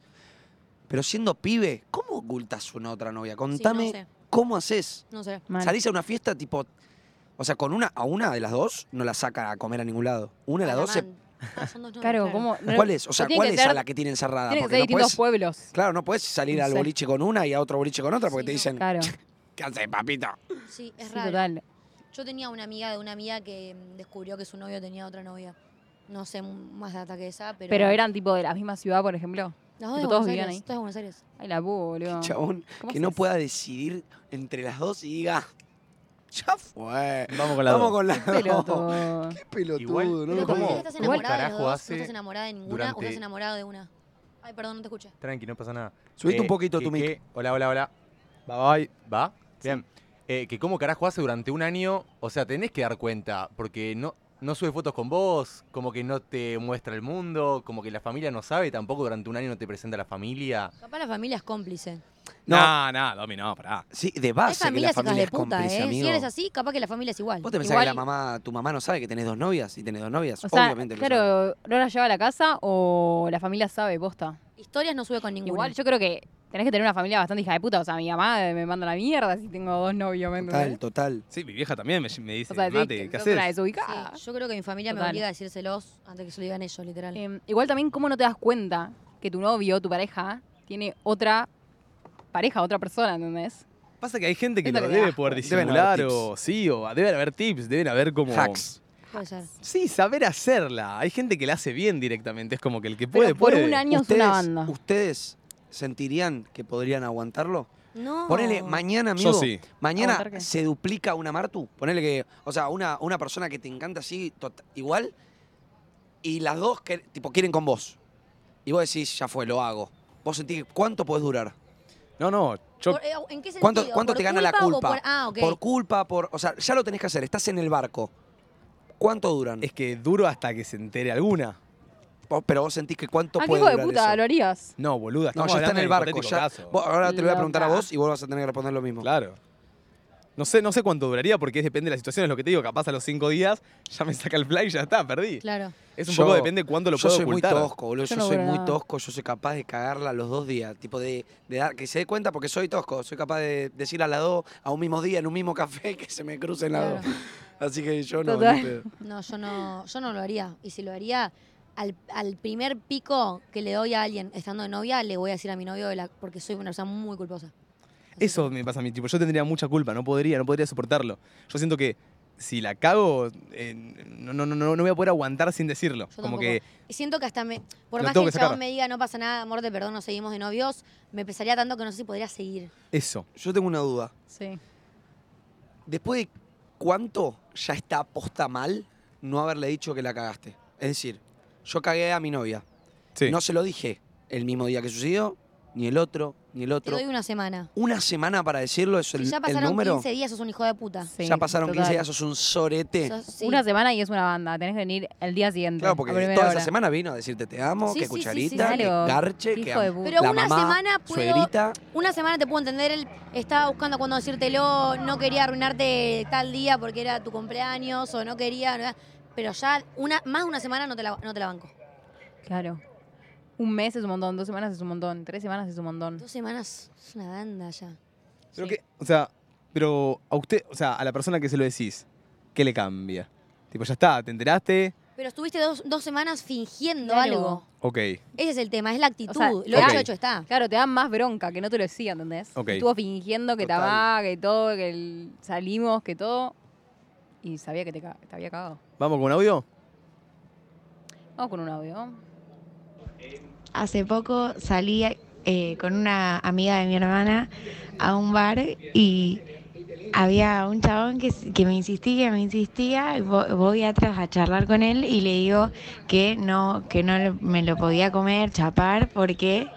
Speaker 3: Pero siendo pibe, ¿cómo ocultas una otra novia? Contame
Speaker 1: sé.
Speaker 3: cómo haces.
Speaker 1: No sé.
Speaker 4: Mal.
Speaker 3: Salís a una fiesta tipo. O sea, con una, a una de las dos no la saca a comer a ningún lado. Una de las dos se-
Speaker 1: Alamán. Ah, son dos novios,
Speaker 4: Claro, ¿cómo?
Speaker 3: ¿Cuál es? O sea,
Speaker 4: tiene
Speaker 3: ¿cuál
Speaker 4: que
Speaker 3: es a
Speaker 4: ser-
Speaker 3: la que tiene encerrada?
Speaker 4: Tienen que
Speaker 3: Porque
Speaker 4: ser
Speaker 3: no
Speaker 4: distintos
Speaker 3: puedes-
Speaker 4: pueblos.
Speaker 3: Claro, no puedes salir
Speaker 4: No
Speaker 3: al
Speaker 4: sé.
Speaker 3: boliche con una y a otro boliche con otra porque
Speaker 1: Sí,
Speaker 3: te
Speaker 1: no.
Speaker 3: dicen,
Speaker 4: Claro,
Speaker 3: ¿qué haces, papito?
Speaker 1: Sí, es
Speaker 4: sí,
Speaker 1: raro.
Speaker 4: total.
Speaker 1: Yo tenía una amiga de una amiga que mm, descubrió que su novio tenía otra novia. No sé m- más data que esa, pero.
Speaker 4: Pero eran tipo de la misma ciudad, por ejemplo.
Speaker 1: Las dos de
Speaker 4: tipo,
Speaker 1: Buenos
Speaker 4: todos vivían
Speaker 1: Aires.
Speaker 4: ahí.
Speaker 1: todas de Buenos Aires.
Speaker 4: Ay, la pu, boludo.
Speaker 3: Chabón,
Speaker 4: ¿Cómo
Speaker 3: que no
Speaker 4: haces?
Speaker 3: pueda decidir entre las dos y diga, ya fue.
Speaker 2: Vamos con la
Speaker 3: Vamos
Speaker 2: dos.
Speaker 3: con la dos.
Speaker 4: Pelotudo.
Speaker 3: Qué pelotudo,
Speaker 7: Igual-
Speaker 3: no
Speaker 1: Pero
Speaker 7: ¿Cómo-
Speaker 1: ¿cómo,
Speaker 3: lo puedo
Speaker 1: que
Speaker 3: creer.
Speaker 1: estás
Speaker 7: cómo el
Speaker 1: enamorada de las
Speaker 7: carajo
Speaker 1: dos,
Speaker 7: hace
Speaker 1: no estás enamorada de ninguna o
Speaker 7: durante-
Speaker 1: estás enamorado de una. Ay, perdón, no te escuché.
Speaker 7: Tranqui, no pasa nada.
Speaker 3: Subite un
Speaker 7: Eh,
Speaker 3: poquito
Speaker 7: que-
Speaker 3: tu mic.
Speaker 7: que- Hola, hola, hola.
Speaker 2: Bye bye.
Speaker 7: ¿Va? Bien. Eh, que cómo carajo hace durante un año, o sea, tenés que dar cuenta, porque no, no sube fotos con vos, como que no te muestra el mundo, como que la familia no sabe, tampoco durante un año no te presenta la familia.
Speaker 1: Capaz la familia es cómplice.
Speaker 3: No.
Speaker 2: No, no, Domi, no, pará.
Speaker 3: Sí, de
Speaker 1: Hay
Speaker 3: base que la
Speaker 1: familias hijas
Speaker 3: familia
Speaker 1: de
Speaker 3: es
Speaker 1: puta,
Speaker 3: cómplice,
Speaker 1: ¿eh?
Speaker 3: amigo.
Speaker 1: Si eres así, capaz que la familia es igual.
Speaker 3: ¿Vos te pensás
Speaker 4: Igual-
Speaker 3: que la mamá, tu mamá no sabe que tenés dos novias y tenés dos novias?
Speaker 4: O sea,
Speaker 3: Obviamente lo sabe.
Speaker 4: claro, no la lleva a la casa o la familia sabe, posta.
Speaker 1: Historias no sube con ninguna.
Speaker 4: Igual yo creo que tenés que tener una familia bastante hija de puta. O sea, mi mamá me manda la mierda si tengo dos novios, ¿me
Speaker 3: Total,
Speaker 4: entendés?
Speaker 3: total.
Speaker 2: Sí, mi vieja también me, me dice,
Speaker 4: O sea,
Speaker 2: mate,
Speaker 4: sí,
Speaker 2: ¿qué
Speaker 4: sos una
Speaker 2: haces?
Speaker 4: desubicada.
Speaker 1: Sí, yo creo que mi familia me
Speaker 4: Total.
Speaker 1: obliga a decírselos antes que se lo digan ellos, literal.
Speaker 4: Eh, igual también, ¿cómo no te das cuenta que tu novio, tu pareja, tiene otra pareja, otra persona, ¿entendés?
Speaker 2: Pasa que hay gente que
Speaker 4: Es lo
Speaker 2: lo
Speaker 4: que
Speaker 2: debe
Speaker 4: da.
Speaker 2: poder
Speaker 3: Deben
Speaker 2: disimular
Speaker 3: haber
Speaker 2: o sí, o deben haber tips, deben haber como...
Speaker 3: Hacks.
Speaker 1: Puede ser.
Speaker 2: Sí, saber hacerla. Hay gente que la hace bien directamente, es como que el que
Speaker 4: Pero
Speaker 2: puede,
Speaker 4: por
Speaker 2: puede.
Speaker 4: un año es
Speaker 3: ¿Ustedes,
Speaker 4: una banda.
Speaker 3: ¿Ustedes sentirían que podrían aguantarlo?
Speaker 1: No.
Speaker 3: Ponele, mañana, amigo,
Speaker 2: Yo sí.
Speaker 3: mañana
Speaker 4: ¿Aguantar qué?
Speaker 3: se duplica una Martu. Ponele que, o sea, una, una persona que te encanta así, tot- igual, y las dos que, tipo, quieren con vos. Y vos decís, ya fue, lo hago. Vos sentís, ¿cuánto podés durar?
Speaker 2: No, no, yo...
Speaker 1: Por- eh, ¿En qué sentido?
Speaker 3: ¿Cuánto, cuánto
Speaker 1: ¿Por
Speaker 3: te gana la
Speaker 1: o
Speaker 3: culpa?
Speaker 1: por- ah, ok.
Speaker 3: Por culpa, por... O sea, ya lo tenés que hacer, estás en el barco. ¿Cuánto duran?
Speaker 2: Es que duro hasta que se entere alguna.
Speaker 3: Vos- Pero vos sentís que cuánto
Speaker 4: Ah, qué
Speaker 3: puede
Speaker 4: hijo de
Speaker 3: durar
Speaker 4: puta,
Speaker 3: eso.
Speaker 4: lo harías.
Speaker 2: No, boluda,
Speaker 3: No,
Speaker 2: estamos
Speaker 3: ya está en
Speaker 2: hablando
Speaker 3: el
Speaker 2: de
Speaker 3: barco.
Speaker 2: hipotético
Speaker 3: Ya,
Speaker 2: caso.
Speaker 3: vos- ahora te lo voy a preguntar a
Speaker 4: Loca.
Speaker 3: vos y vos vas a tener que responder lo mismo.
Speaker 2: Claro. No sé, no sé cuánto duraría porque es- depende de la situación, es lo que te digo, capaz a los cinco días ya me saca el fly y ya está, perdí.
Speaker 1: Claro.
Speaker 2: Es un
Speaker 3: Yo-
Speaker 2: poco depende de cuándo lo
Speaker 3: yo
Speaker 2: puedo
Speaker 3: soy
Speaker 2: ocultar.
Speaker 3: muy tosco, boludo.
Speaker 4: Yo
Speaker 3: Yo,
Speaker 4: no
Speaker 3: soy
Speaker 4: duro
Speaker 3: muy
Speaker 4: nada.
Speaker 3: tosco. Yo soy capaz de cagarla los dos días. Tipo, de, de dar, que se dé cuenta porque soy tosco. Soy capaz de decir a las dos a un mismo día, en un mismo café, que se me crucen las
Speaker 1: Claro.
Speaker 3: dos. Así que yo no.
Speaker 4: Total.
Speaker 3: ni pedo.
Speaker 1: No, yo no, yo no lo haría. Y si lo haría, al, al primer pico que le doy a alguien estando de novia, le voy a decir a mi novio de la- porque soy una persona muy culposa. Así que-
Speaker 2: Eso me pasa a mí, tipo, yo tendría mucha culpa, no podría, no podría soportarlo. Yo siento que si la cago, eh, no, no, no, no no voy a poder aguantar sin decirlo.
Speaker 1: Yo
Speaker 2: Como
Speaker 1: tampoco.
Speaker 2: que,
Speaker 1: Y siento que hasta me. Por
Speaker 2: Lo
Speaker 1: más que
Speaker 2: tengo
Speaker 1: el
Speaker 2: que
Speaker 1: chabón
Speaker 2: sacar.
Speaker 1: me diga no pasa nada, amor, te perdón, nos seguimos de novios, me pesaría tanto que no sé si podría seguir.
Speaker 2: eso.
Speaker 3: Yo tengo una duda.
Speaker 4: Sí.
Speaker 3: Después de cuánto ya está aposta mal no haberle dicho que la cagaste. Es decir, yo cagué a mi novia.
Speaker 2: Sí.
Speaker 3: No se lo dije el mismo día que sucedió, ni el otro, ni el
Speaker 1: Te
Speaker 3: otro.
Speaker 1: doy una semana.
Speaker 3: Una semana para decirlo es el,
Speaker 1: Si ya
Speaker 3: el
Speaker 1: pasaron
Speaker 3: número.
Speaker 1: 15 días, sos un hijo de puta.
Speaker 4: sí,
Speaker 3: ya pasaron 15
Speaker 4: total.
Speaker 3: días, sos un sorete.
Speaker 1: Sos- sí.
Speaker 4: Una semana y es una banda. Tenés que venir el día siguiente.
Speaker 3: Claro,
Speaker 4: a
Speaker 3: porque
Speaker 4: primera
Speaker 3: toda
Speaker 4: hora.
Speaker 3: esa semana vino a decirte te amo,
Speaker 1: Sí,
Speaker 3: que
Speaker 1: sí, sí, sí,
Speaker 3: cucharita,
Speaker 1: sí.
Speaker 3: que
Speaker 4: Claro.
Speaker 3: garche, que
Speaker 4: Hijo de puta.
Speaker 1: Pero
Speaker 3: la
Speaker 1: una
Speaker 3: mamá,
Speaker 1: semana puedo-
Speaker 3: suegrita.
Speaker 1: Una semana te puedo entender, él estaba buscando cuándo decírtelo, no quería arruinarte tal día porque era tu cumpleaños o no quería. ¿verdad? Pero ya una, más de una semana no te la, no te la banco.
Speaker 4: Claro. Un mes es un montón, dos semanas es un montón, tres semanas es un montón.
Speaker 1: Dos semanas es una banda ya.
Speaker 2: Pero
Speaker 4: Sí.
Speaker 2: que, o sea, pero a usted, o sea, a la persona que se lo decís, ¿qué le cambia? Tipo, ya está, te enteraste,
Speaker 1: Pero estuviste dos, dos semanas fingiendo
Speaker 4: Claro.
Speaker 1: algo.
Speaker 2: ok.
Speaker 1: Ese es el tema, es la actitud.
Speaker 4: O sea,
Speaker 1: lo
Speaker 2: ok.
Speaker 1: hecho, hecho está.
Speaker 4: Claro, te dan más bronca que no te lo decía, ¿entendés?
Speaker 2: Ok.
Speaker 4: Estuvo fingiendo que te
Speaker 3: Total.
Speaker 4: amaba, que todo, que el- salimos, que todo. Y sabía que te, ca- te había cagado.
Speaker 2: ¿Vamos con audio?
Speaker 4: Vamos con un audio.
Speaker 8: Hace poco salí eh, con una amiga de mi hermana a un bar y había un chabón que, s- que me insistía, me insistía, y vo- voy atrás a charlar con él y le digo que no, que no lo- me lo podía comer, chapar, porque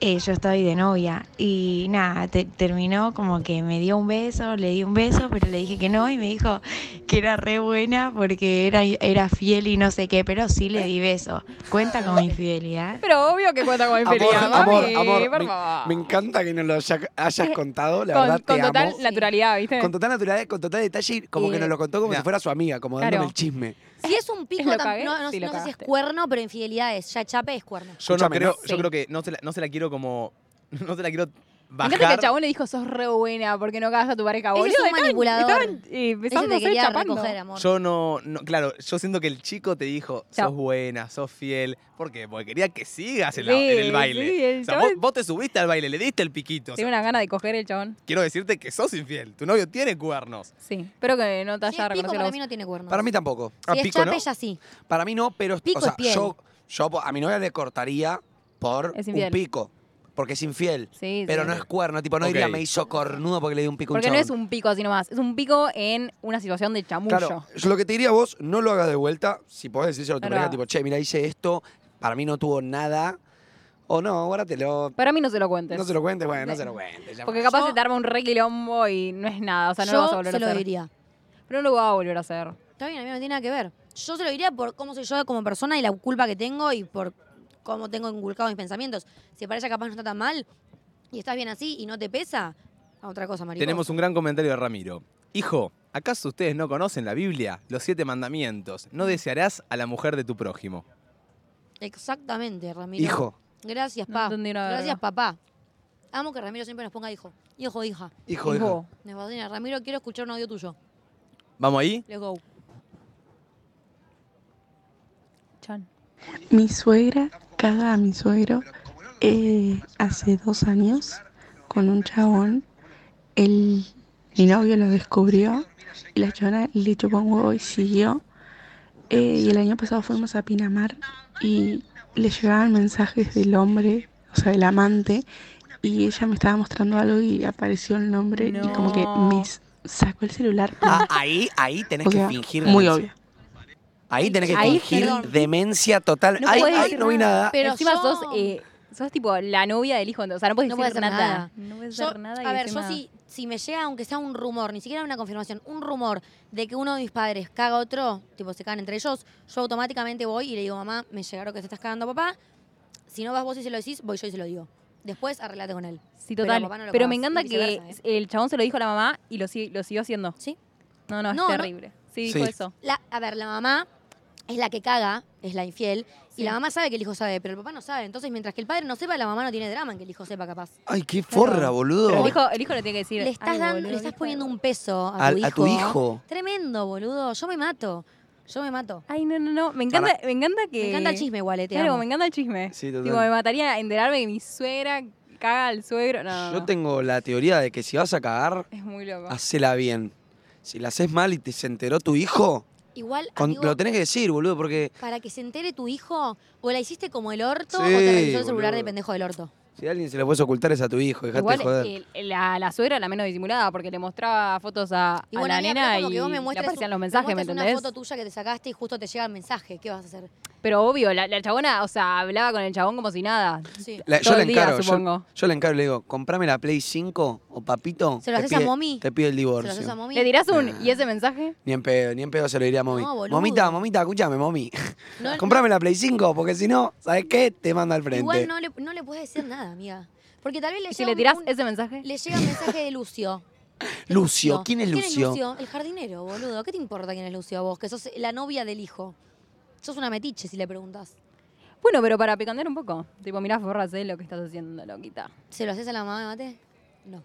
Speaker 8: eh, yo estoy de novia. Y nada, te- terminó como que me dio un beso, le di un beso, pero le dije que no y me dijo que era re buena porque era, era fiel y no sé qué, pero sí le di beso. Cuenta con mi fidelidad.
Speaker 4: Pero obvio que cuenta con
Speaker 3: Amor,
Speaker 4: infidelidad,
Speaker 3: amor,
Speaker 4: mami,
Speaker 3: amor.
Speaker 4: por
Speaker 3: Me,
Speaker 4: favor.
Speaker 3: me encanta que nos lo haya- hayas contado, la
Speaker 4: con
Speaker 3: verdad
Speaker 4: con
Speaker 3: te
Speaker 4: total
Speaker 3: amo.
Speaker 4: naturalidad, ¿viste?
Speaker 3: Con total naturalidad, con total detalle, y como que
Speaker 1: Eh,
Speaker 3: nos lo contó como
Speaker 2: mira.
Speaker 3: si fuera su amiga, como
Speaker 4: Claro.
Speaker 3: dándome el chisme.
Speaker 1: Si es un pico,
Speaker 4: ¿Lo
Speaker 1: tam-
Speaker 4: cagué?
Speaker 1: no, no-
Speaker 4: Sí, lo
Speaker 1: no sé si es
Speaker 4: cagaste.
Speaker 1: cuerno, pero infidelidad es. Ya chape es cuerno.
Speaker 2: Yo no
Speaker 3: Escúchame,
Speaker 2: creo,
Speaker 4: ¿no?
Speaker 2: yo
Speaker 4: Sí.
Speaker 2: creo que no se, la, no se la quiero como. No se la quiero
Speaker 4: Me encanta que el
Speaker 2: bajar.
Speaker 4: chabón le dijo, sos re buena porque no cagas a tu pareja,
Speaker 1: Ese
Speaker 4: boludo.
Speaker 1: es un
Speaker 4: estaban-
Speaker 1: manipulador.
Speaker 4: Estaban eh,
Speaker 1: Ella
Speaker 4: empezando
Speaker 1: te
Speaker 4: a ser
Speaker 1: quería
Speaker 4: chapando.
Speaker 1: recoger, amor.
Speaker 2: Yo no, no- Claro, yo siento que el chico te dijo, sos
Speaker 4: Chao.
Speaker 2: buena, sos fiel. ¿Por qué? Porque quería que sigas en, la-
Speaker 4: Sí,
Speaker 2: en el baile.
Speaker 4: sí, el
Speaker 2: o sea, vos,
Speaker 4: chabón-
Speaker 2: vos te subiste al baile, le diste el piquito. o sea,
Speaker 4: Tiene una gana de coger el chabón.
Speaker 2: Quiero decirte que sos infiel. Tu novio tiene cuernos.
Speaker 4: Sí. Espero que no te
Speaker 1: si
Speaker 4: haya
Speaker 1: es pico,
Speaker 4: reconocido la
Speaker 1: para
Speaker 4: voz.
Speaker 1: mí no tiene cuernos.
Speaker 3: Para mí tampoco.
Speaker 2: Ah,
Speaker 1: si es
Speaker 2: pico,
Speaker 1: chape,
Speaker 2: ¿no?
Speaker 1: ya sí.
Speaker 3: Para mí no, pero
Speaker 1: Pico
Speaker 3: o sea,
Speaker 1: es piel.
Speaker 3: yo, yo po- a mi novia le cortaría por
Speaker 4: Es
Speaker 3: un
Speaker 4: infiel.
Speaker 3: pico, porque es infiel.
Speaker 4: Sí,
Speaker 3: Pero
Speaker 4: sí.
Speaker 3: no es cuerno, tipo, no diría
Speaker 2: Ok.
Speaker 3: me hizo cornudo porque le di un pico a un
Speaker 4: Porque no es
Speaker 3: chabón".
Speaker 4: un pico así nomás. Es un pico en una situación de chamullo.
Speaker 3: Claro, yo lo que te diría vos, no lo hagas de vuelta. Si podés decírselo a tu
Speaker 4: Verdad.
Speaker 3: pareja, tipo, che, mira, hice esto, para mí no tuvo nada. O no, guárdatelo.
Speaker 4: Para mí no se lo cuentes.
Speaker 3: No se lo cuentes, bueno, no se lo cuentes. ya
Speaker 4: Porque
Speaker 3: fue.
Speaker 4: capaz
Speaker 1: Yo-
Speaker 4: se te arma un re quilombo y no es nada. O sea, no lo vas a
Speaker 1: yo
Speaker 4: volver
Speaker 1: se
Speaker 4: a
Speaker 1: lo
Speaker 4: hacer.
Speaker 1: diría.
Speaker 4: Pero no lo va a volver a hacer.
Speaker 1: Está bien, a mí no tiene nada que ver. Yo se lo diría por cómo soy yo como persona y la culpa que tengo y por cómo tengo inculcado mis pensamientos. Si para ella capaz no está tan mal y estás bien así y no te pesa, a otra cosa, maricón.
Speaker 2: Tenemos un gran comentario de Ramiro. Hijo, ¿acaso ustedes no conocen la Biblia? Los siete mandamientos.
Speaker 4: Mm.
Speaker 2: No desearás a la mujer de tu prójimo.
Speaker 1: Exactamente, Ramiro.
Speaker 3: Hijo,
Speaker 1: Gracias,
Speaker 4: No
Speaker 1: pa.
Speaker 4: entendí una verga.
Speaker 1: Gracias, papá. Amo que Ramiro siempre nos ponga hijo. Hijo, hija.
Speaker 3: hijo,
Speaker 4: Y
Speaker 3: hijo.
Speaker 4: vos.
Speaker 1: Nos fascina. Ramiro, quiero escuchar un audio tuyo.
Speaker 2: ¿Vamos ahí?
Speaker 1: Let's go.
Speaker 4: Chan.
Speaker 9: Mi suegra caga a mi suegro eh, hace dos años con un chabón. El, mi novio lo descubrió y la chabona le chupó un huevo y siguió. Eh, y el año pasado fuimos a Pinamar y le llegaban mensajes del hombre, o sea, del amante. Y ella me estaba mostrando algo y apareció el nombre y como que
Speaker 4: No.
Speaker 9: me s- sacó el celular.
Speaker 3: Ah, ahí, ahí tenés
Speaker 9: O sea,
Speaker 3: que fingir.
Speaker 9: muy
Speaker 3: demencia.
Speaker 9: obvio.
Speaker 3: Ahí tenés que
Speaker 4: Ahí,
Speaker 3: fingir
Speaker 1: perdón.
Speaker 3: demencia total.
Speaker 4: No
Speaker 3: ahí
Speaker 4: podés
Speaker 3: ahí
Speaker 4: decir
Speaker 3: no vi nada.
Speaker 1: Pero
Speaker 4: Encima
Speaker 1: yo-
Speaker 4: sos, eh, sos tipo la novia del hijo. O sea, no puedes
Speaker 1: No
Speaker 4: decir
Speaker 1: puedes hacer
Speaker 4: nada.
Speaker 1: nada.
Speaker 4: No puedes
Speaker 1: Yo,
Speaker 4: hacer nada. y
Speaker 1: a ver, yo
Speaker 4: encima-
Speaker 1: si, si me llega, aunque sea un rumor, ni siquiera una confirmación, un rumor de que uno de mis padres caga a otro, tipo se cagan entre ellos, yo automáticamente voy y le digo, mamá, me llegaron que te estás cagando a papá. Si no vas vos y se lo decís, voy yo y se lo digo. Después arreglate con él.
Speaker 4: Sí,
Speaker 1: Pero a
Speaker 4: total. Pero,
Speaker 1: papá no lo
Speaker 4: me
Speaker 1: cagás,
Speaker 4: encanta
Speaker 1: y
Speaker 4: que
Speaker 1: viceversa, ¿eh?
Speaker 4: el chabón se lo dijo a la mamá y lo, sigue- lo siguió haciendo.
Speaker 1: ¿Sí?
Speaker 4: No, no, es
Speaker 1: No, no.
Speaker 4: terrible. Sí, dijo
Speaker 3: Sí.
Speaker 4: eso.
Speaker 1: La- a ver, la mamá es la que caga, es la infiel, y
Speaker 4: Sí.
Speaker 1: la mamá sabe que el hijo sabe, pero el papá no sabe. Entonces, mientras que el padre no sepa, la mamá no tiene drama en que el hijo sepa capaz.
Speaker 3: Ay, qué forra, boludo.
Speaker 4: Pero el hijo, el hijo le tiene que decir.
Speaker 1: Le estás,
Speaker 4: "Ay,
Speaker 1: dando,
Speaker 4: boludo,
Speaker 1: le estás
Speaker 4: vieja".
Speaker 1: poniendo un peso a,
Speaker 3: Al- a tu hijo.
Speaker 1: Tremendo, boludo. Yo me mato. Yo me mato.
Speaker 4: Ay, no, no, no. Me encanta, me encanta que.
Speaker 1: Me encanta el chisme igual, eh, te
Speaker 4: Claro,
Speaker 1: amo.
Speaker 4: me encanta el chisme.
Speaker 3: Sí, total.
Speaker 4: Tipo, me mataría enterarme que mi suegra caga al suegro. No,
Speaker 3: Yo
Speaker 4: no.
Speaker 3: tengo Ah, la teoría de que si vas a cagar,
Speaker 4: Es muy loco.
Speaker 3: hacela bien. Si la haces mal y te se enteró tu hijo,
Speaker 1: Igual,
Speaker 3: con-
Speaker 1: amigo,
Speaker 3: lo tenés que decir, boludo, porque
Speaker 1: para que se entere tu hijo, o la hiciste como el orto, o
Speaker 3: Sí,
Speaker 1: te revisó el celular
Speaker 3: boludo.
Speaker 1: de pendejo del orto.
Speaker 3: si a alguien se lo puedes ocultar es a tu hijo, dejate de
Speaker 4: Igual
Speaker 3: joder.
Speaker 4: el- la, la suegra la menos disimulada porque le mostraba fotos a, a
Speaker 1: Y bueno,
Speaker 4: la
Speaker 1: amiga,
Speaker 4: nena
Speaker 1: pero
Speaker 4: y
Speaker 1: como que vos me
Speaker 4: le
Speaker 1: muestres
Speaker 4: aparecían
Speaker 1: un-
Speaker 4: los
Speaker 1: me
Speaker 4: mensajes, ¿me
Speaker 1: muestres
Speaker 4: entendés?
Speaker 1: una foto tuya que te sacaste y justo te llega el mensaje. ¿Qué vas a hacer?
Speaker 4: Pero obvio, la, la chabona, o sea, hablaba con el chabón como si nada.
Speaker 1: Sí.
Speaker 3: La- yo
Speaker 4: todo
Speaker 3: le
Speaker 4: el día,
Speaker 3: encargo, yo,
Speaker 4: supongo.
Speaker 3: yo le encargo y le digo, comprame la Play 5 o papito.
Speaker 1: ¿Se lo
Speaker 3: te
Speaker 1: haces a
Speaker 3: pide-
Speaker 1: mommy?
Speaker 3: Te pido el
Speaker 1: ¿Se lo
Speaker 3: divorcio.
Speaker 1: haces a mami?
Speaker 4: ¿Le dirás un y ese mensaje?
Speaker 3: Ni en pedo, ni en pedo se lo diría a mommy.
Speaker 1: No, boludo.
Speaker 3: momita, momita, escúchame, mommy.
Speaker 1: No,
Speaker 3: comprame la Play 5 porque si no, ¿sabes qué? Te manda al frente.
Speaker 1: Igual no le, no le puedes decir nada, amiga. Porque tal vez le
Speaker 4: ¿Y
Speaker 1: llega
Speaker 4: si le
Speaker 1: un-
Speaker 4: tirás
Speaker 1: un-
Speaker 4: ese mensaje?
Speaker 1: le llega un mensaje de Lucio.
Speaker 3: Lucio, ¿quién es Lucio?
Speaker 1: El jardinero, boludo. ¿Qué te importa quién es Lucio a vos? Que sos la novia del hijo. Sos una metiche si le preguntas.
Speaker 4: Bueno, pero para picandear un poco. Tipo, mirá, forras, eh, lo que estás haciendo, loquita.
Speaker 1: ¿Se lo haces a la mamá de mate? No.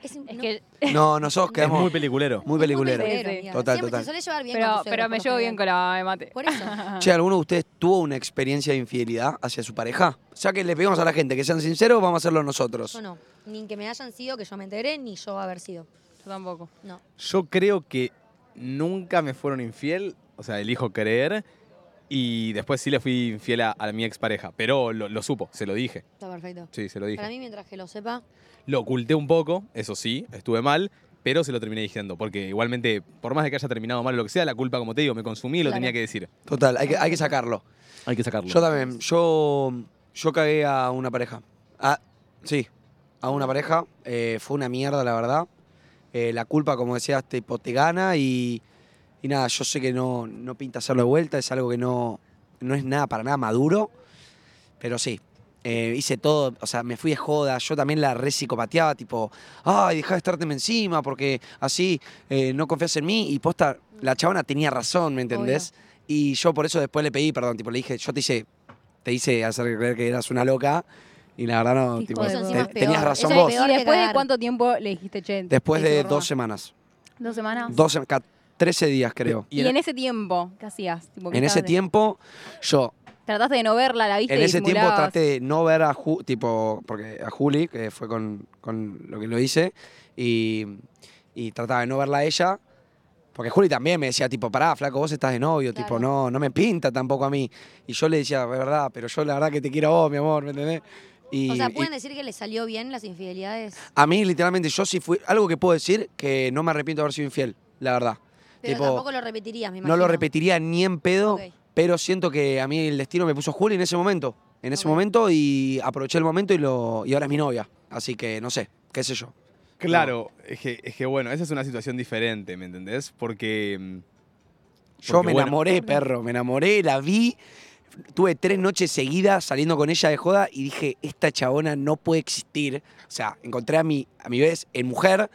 Speaker 1: Es,
Speaker 4: Es
Speaker 1: no.
Speaker 4: que,
Speaker 3: No, nosotros
Speaker 2: Es
Speaker 3: quedamos
Speaker 2: muy
Speaker 3: muy,
Speaker 2: peliculero.
Speaker 3: peliculero.
Speaker 4: peliculero.
Speaker 1: amiga.
Speaker 3: Total,
Speaker 1: Siempre
Speaker 3: total.
Speaker 1: Se suele llevar bien con
Speaker 4: pero,
Speaker 1: tus
Speaker 4: pero
Speaker 1: suegros,
Speaker 4: me
Speaker 1: por lo
Speaker 4: llevo bien con
Speaker 1: general.
Speaker 4: la mamá de mate.
Speaker 1: Por eso.
Speaker 3: Che, ¿alguno de ustedes tuvo una experiencia de infidelidad hacia su pareja? Ya que le pedimos a la gente que sean sinceros, vamos a hacerlo nosotros.
Speaker 1: Yo no. Ni que me hayan sido, que yo me enteré, ni yo haber sido.
Speaker 4: Yo tampoco.
Speaker 1: No.
Speaker 2: Yo creo que nunca me fueron infiel, o sea, elijo creer. Y después sí le fui infiel a, a mi expareja, pero lo, lo supo, se lo dije.
Speaker 1: Está perfecto.
Speaker 2: Sí, se lo dije.
Speaker 1: Para mí, mientras que lo sepa,
Speaker 2: Lo oculté un poco, eso sí, estuve mal, pero se lo terminé diciendo, porque igualmente, por más de que haya terminado mal o lo que sea, la culpa, como te digo, me consumí y lo
Speaker 1: Claro.
Speaker 2: tenía que decir.
Speaker 3: Total, hay que, hay que sacarlo.
Speaker 2: Hay que sacarlo.
Speaker 3: Yo también, yo, yo cagué a una pareja. Ah, sí, a una pareja. Eh, fue una mierda, la verdad. Eh, la culpa, como decías, tipo, te gana y, y nada, yo sé que no, no pinta hacerlo de vuelta, es algo que no, no es nada para nada maduro, pero sí. eh, hice todo, o sea, me fui de joda, yo también la re psicopateaba, tipo, ay, dejá de estárteme encima porque así eh, no confías en mí y posta, la chavana tenía razón, ¿me entendés? Y yo por eso después le pedí perdón, tipo, le dije, yo te hice, te hice hacer creer que eras una loca y la verdad no,
Speaker 4: Hijo
Speaker 3: tipo,
Speaker 4: de
Speaker 1: Eso
Speaker 4: puta.
Speaker 1: encima es
Speaker 3: te- tenías
Speaker 1: peor, eso
Speaker 3: razón
Speaker 1: es
Speaker 3: vos.
Speaker 1: peor
Speaker 4: ¿Y
Speaker 1: que
Speaker 4: después de
Speaker 1: cagar.
Speaker 4: cuánto tiempo le dijiste, che?
Speaker 3: Después
Speaker 4: te hice
Speaker 3: de
Speaker 4: gorda"?
Speaker 3: dos semanas,
Speaker 4: ¿Dos semanas?
Speaker 3: dos, sem- ca- 13 días creo.
Speaker 4: ¿Y, en ese tiempo qué hacías? Tipo, ¿qué
Speaker 3: En ese
Speaker 4: estabas-
Speaker 3: tiempo yo
Speaker 4: ¿Trataste de no verla? ¿La viste
Speaker 3: En
Speaker 4: y
Speaker 3: ese tiempo
Speaker 4: simulabas?
Speaker 3: traté de no ver a Ju- tipo, porque a Juli, que fue con, con lo que lo hice, y, y trataba de no verla a ella. Porque Juli también me decía, tipo, pará, flaco, vos estás de novio, tipo,
Speaker 1: Claro.
Speaker 3: no, no me pinta tampoco a mí. Y yo le decía, "Es verdad, pero yo la verdad que te quiero a vos, mi amor, ¿me entendés? Y,
Speaker 1: o sea,
Speaker 3: y
Speaker 1: ¿pueden decir que le salió bien las infidelidades?
Speaker 3: a mí, literalmente, yo sí fui, algo que puedo decir, que no me arrepiento de haber sido infiel, la verdad.
Speaker 1: Pero
Speaker 3: Tipo,
Speaker 1: tampoco lo repetirías, me imagino.
Speaker 3: no lo repetiría ni en pedo,
Speaker 1: Ok.
Speaker 3: pero siento que a mí el destino me puso Juli en ese momento. En ese
Speaker 1: Ok.
Speaker 3: momento y aproveché el momento y, lo, y ahora es mi novia. Así que no sé, qué sé yo.
Speaker 2: Claro, es, que, es que bueno, esa es una situación diferente, ¿me entendés? Porque. mm,
Speaker 3: Yo
Speaker 2: Porque,
Speaker 3: me
Speaker 2: bueno.
Speaker 3: enamoré, perro, me enamoré, la vi. Tuve tres noches seguidas saliendo con ella de joda y dije, esta chabona no puede existir. O sea, encontré a mi, a mi vez en mujer.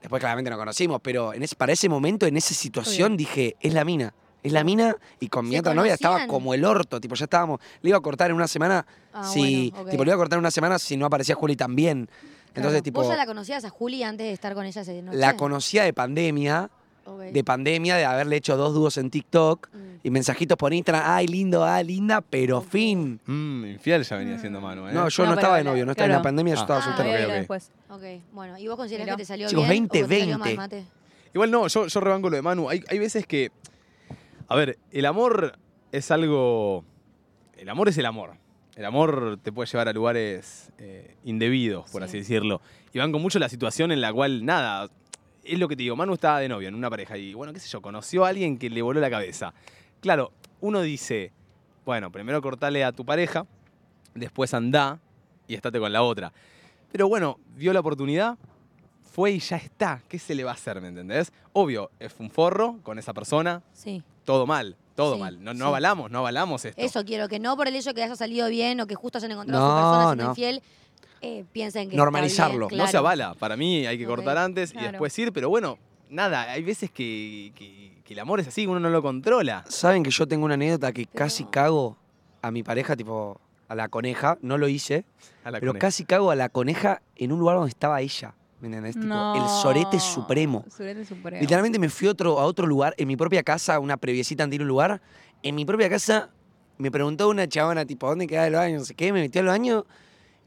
Speaker 3: Después claramente nos conocimos, pero en ese, para ese momento, en esa situación, dije, es la mina. Es la mina y con mi
Speaker 1: ¿Se
Speaker 3: otra novia estaba
Speaker 1: conocían?
Speaker 3: como el orto. Tipo, ya estábamos, le iba a cortar en una semana
Speaker 1: Ah,
Speaker 3: si,
Speaker 1: bueno, ok.
Speaker 3: Tipo, le iba a cortar en una semana si no aparecía Juli también. Entonces,
Speaker 1: Claro.
Speaker 3: tipo,
Speaker 1: ¿Vos ya
Speaker 3: la,
Speaker 1: la conocías a Juli antes de estar con ella ese noche?
Speaker 3: conocía de pandemia,
Speaker 1: Ok.
Speaker 3: de pandemia, de haberle hecho dos dúos en TikTok
Speaker 1: Mm.
Speaker 3: y mensajitos por Instagram. Ay, lindo, ay, linda, pero fin.
Speaker 2: mm, infiel ya venía siendo mano, ¿eh?
Speaker 3: No, yo no,
Speaker 4: No, pero
Speaker 3: estaba de
Speaker 4: la-
Speaker 3: novio, no estaba en
Speaker 4: claro.
Speaker 3: la pandemia, yo
Speaker 2: Ah.
Speaker 3: estaba
Speaker 1: Ah,
Speaker 3: soltero.
Speaker 1: ok.
Speaker 4: Había ido
Speaker 2: ok.
Speaker 4: después.
Speaker 1: Ok, bueno. ¿Y vos considerás
Speaker 4: Mirá.
Speaker 1: que te salió
Speaker 3: Chicos,
Speaker 1: bien o que te
Speaker 3: 20,
Speaker 1: salió más
Speaker 3: 20.
Speaker 1: mate?
Speaker 2: Igual no, yo, yo rebanco lo de Manu. Hay, hay veces que. A ver, el amor es algo. El amor es el amor. El amor te puede llevar a lugares eh, indebidos, por
Speaker 1: Sí.
Speaker 2: así decirlo. Y banco mucho la situación en la cual nada. Es lo que te digo, Manu estaba de novio en una pareja y bueno, qué sé yo, conoció a alguien que le voló la cabeza. Claro, uno dice, bueno, primero cortale a tu pareja, después andá y estate con la otra. Pero bueno, vio la oportunidad, fue y ya está. ¿Qué se le va a hacer, me entendés? Obvio, es un forro con esa persona,
Speaker 1: Sí.
Speaker 2: todo mal, todo
Speaker 1: Sí,
Speaker 2: mal. No,
Speaker 1: sí.
Speaker 2: no avalamos, no avalamos esto.
Speaker 1: Eso quiero, que no por el hecho de que haya salido bien o que justo hayan encontrado a su
Speaker 3: No,
Speaker 1: persona siendo
Speaker 3: no.
Speaker 1: infiel, eh, piensen que
Speaker 3: Normalizarlo.
Speaker 1: está bien,
Speaker 2: No se
Speaker 1: claro.
Speaker 2: avala. Para mí hay que
Speaker 1: Ok,
Speaker 2: cortar antes y
Speaker 4: claro.
Speaker 2: después ir, pero bueno, nada, hay veces que, que- que el amor es así, uno no lo controla.
Speaker 3: Saben que yo tengo una anécdota que
Speaker 1: Pero-
Speaker 3: casi cago a mi pareja, tipo, a la coneja. No lo hice,
Speaker 2: A la
Speaker 3: pero
Speaker 2: coneja.
Speaker 3: casi cago a la coneja en un lugar donde estaba ella. ¿Me entendés? Tipo, el sorete
Speaker 4: No,
Speaker 3: supremo.
Speaker 4: Sorete supremo.
Speaker 3: Literalmente me fui a otro, a otro lugar, en mi propia casa, a una previecita ante un lugar. En mi propia casa me preguntó una chavana, tipo, ¿dónde quedaba el baño? No sé qué, me metió al baño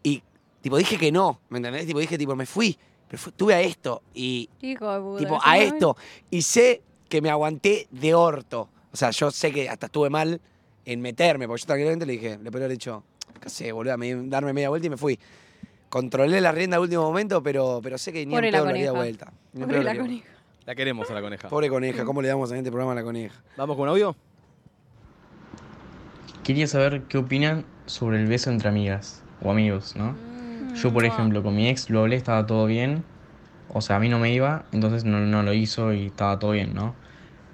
Speaker 3: y, tipo, dije que no, ¿me entendés? Tipo, dije, tipo, me fui, pero fui- estuve a esto y,
Speaker 4: Hijo de puta,
Speaker 3: tipo,
Speaker 4: ese
Speaker 3: a
Speaker 4: momento-
Speaker 3: esto. Y sé que me aguanté de orto. O sea, yo sé que hasta estuve mal en meterme, porque yo tranquilamente le dije, le podría haber dicho, qué sé, boludo, darme media vuelta y me fui. Controlé la rienda al último momento, pero, pero sé que ni
Speaker 4: Pobre
Speaker 3: en
Speaker 4: la
Speaker 3: pedo lo haría
Speaker 4: coneja.
Speaker 3: vuelta. Ni en
Speaker 4: Pobre
Speaker 3: pedo lo
Speaker 4: la
Speaker 3: haría vuelta.
Speaker 4: coneja.
Speaker 2: La queremos a la coneja.
Speaker 3: Pobre coneja, ¿cómo le damos en este programa a la coneja?
Speaker 2: ¿Vamos con un audio?
Speaker 10: Quería saber qué opinan sobre el beso entre amigas o amigos, ¿no?
Speaker 1: Mm,
Speaker 10: Yo, por
Speaker 4: Mua.
Speaker 10: ejemplo, con mi ex lo hablé, estaba todo bien. O sea, a mí no me iba, entonces no, no lo hizo y estaba todo bien, ¿no?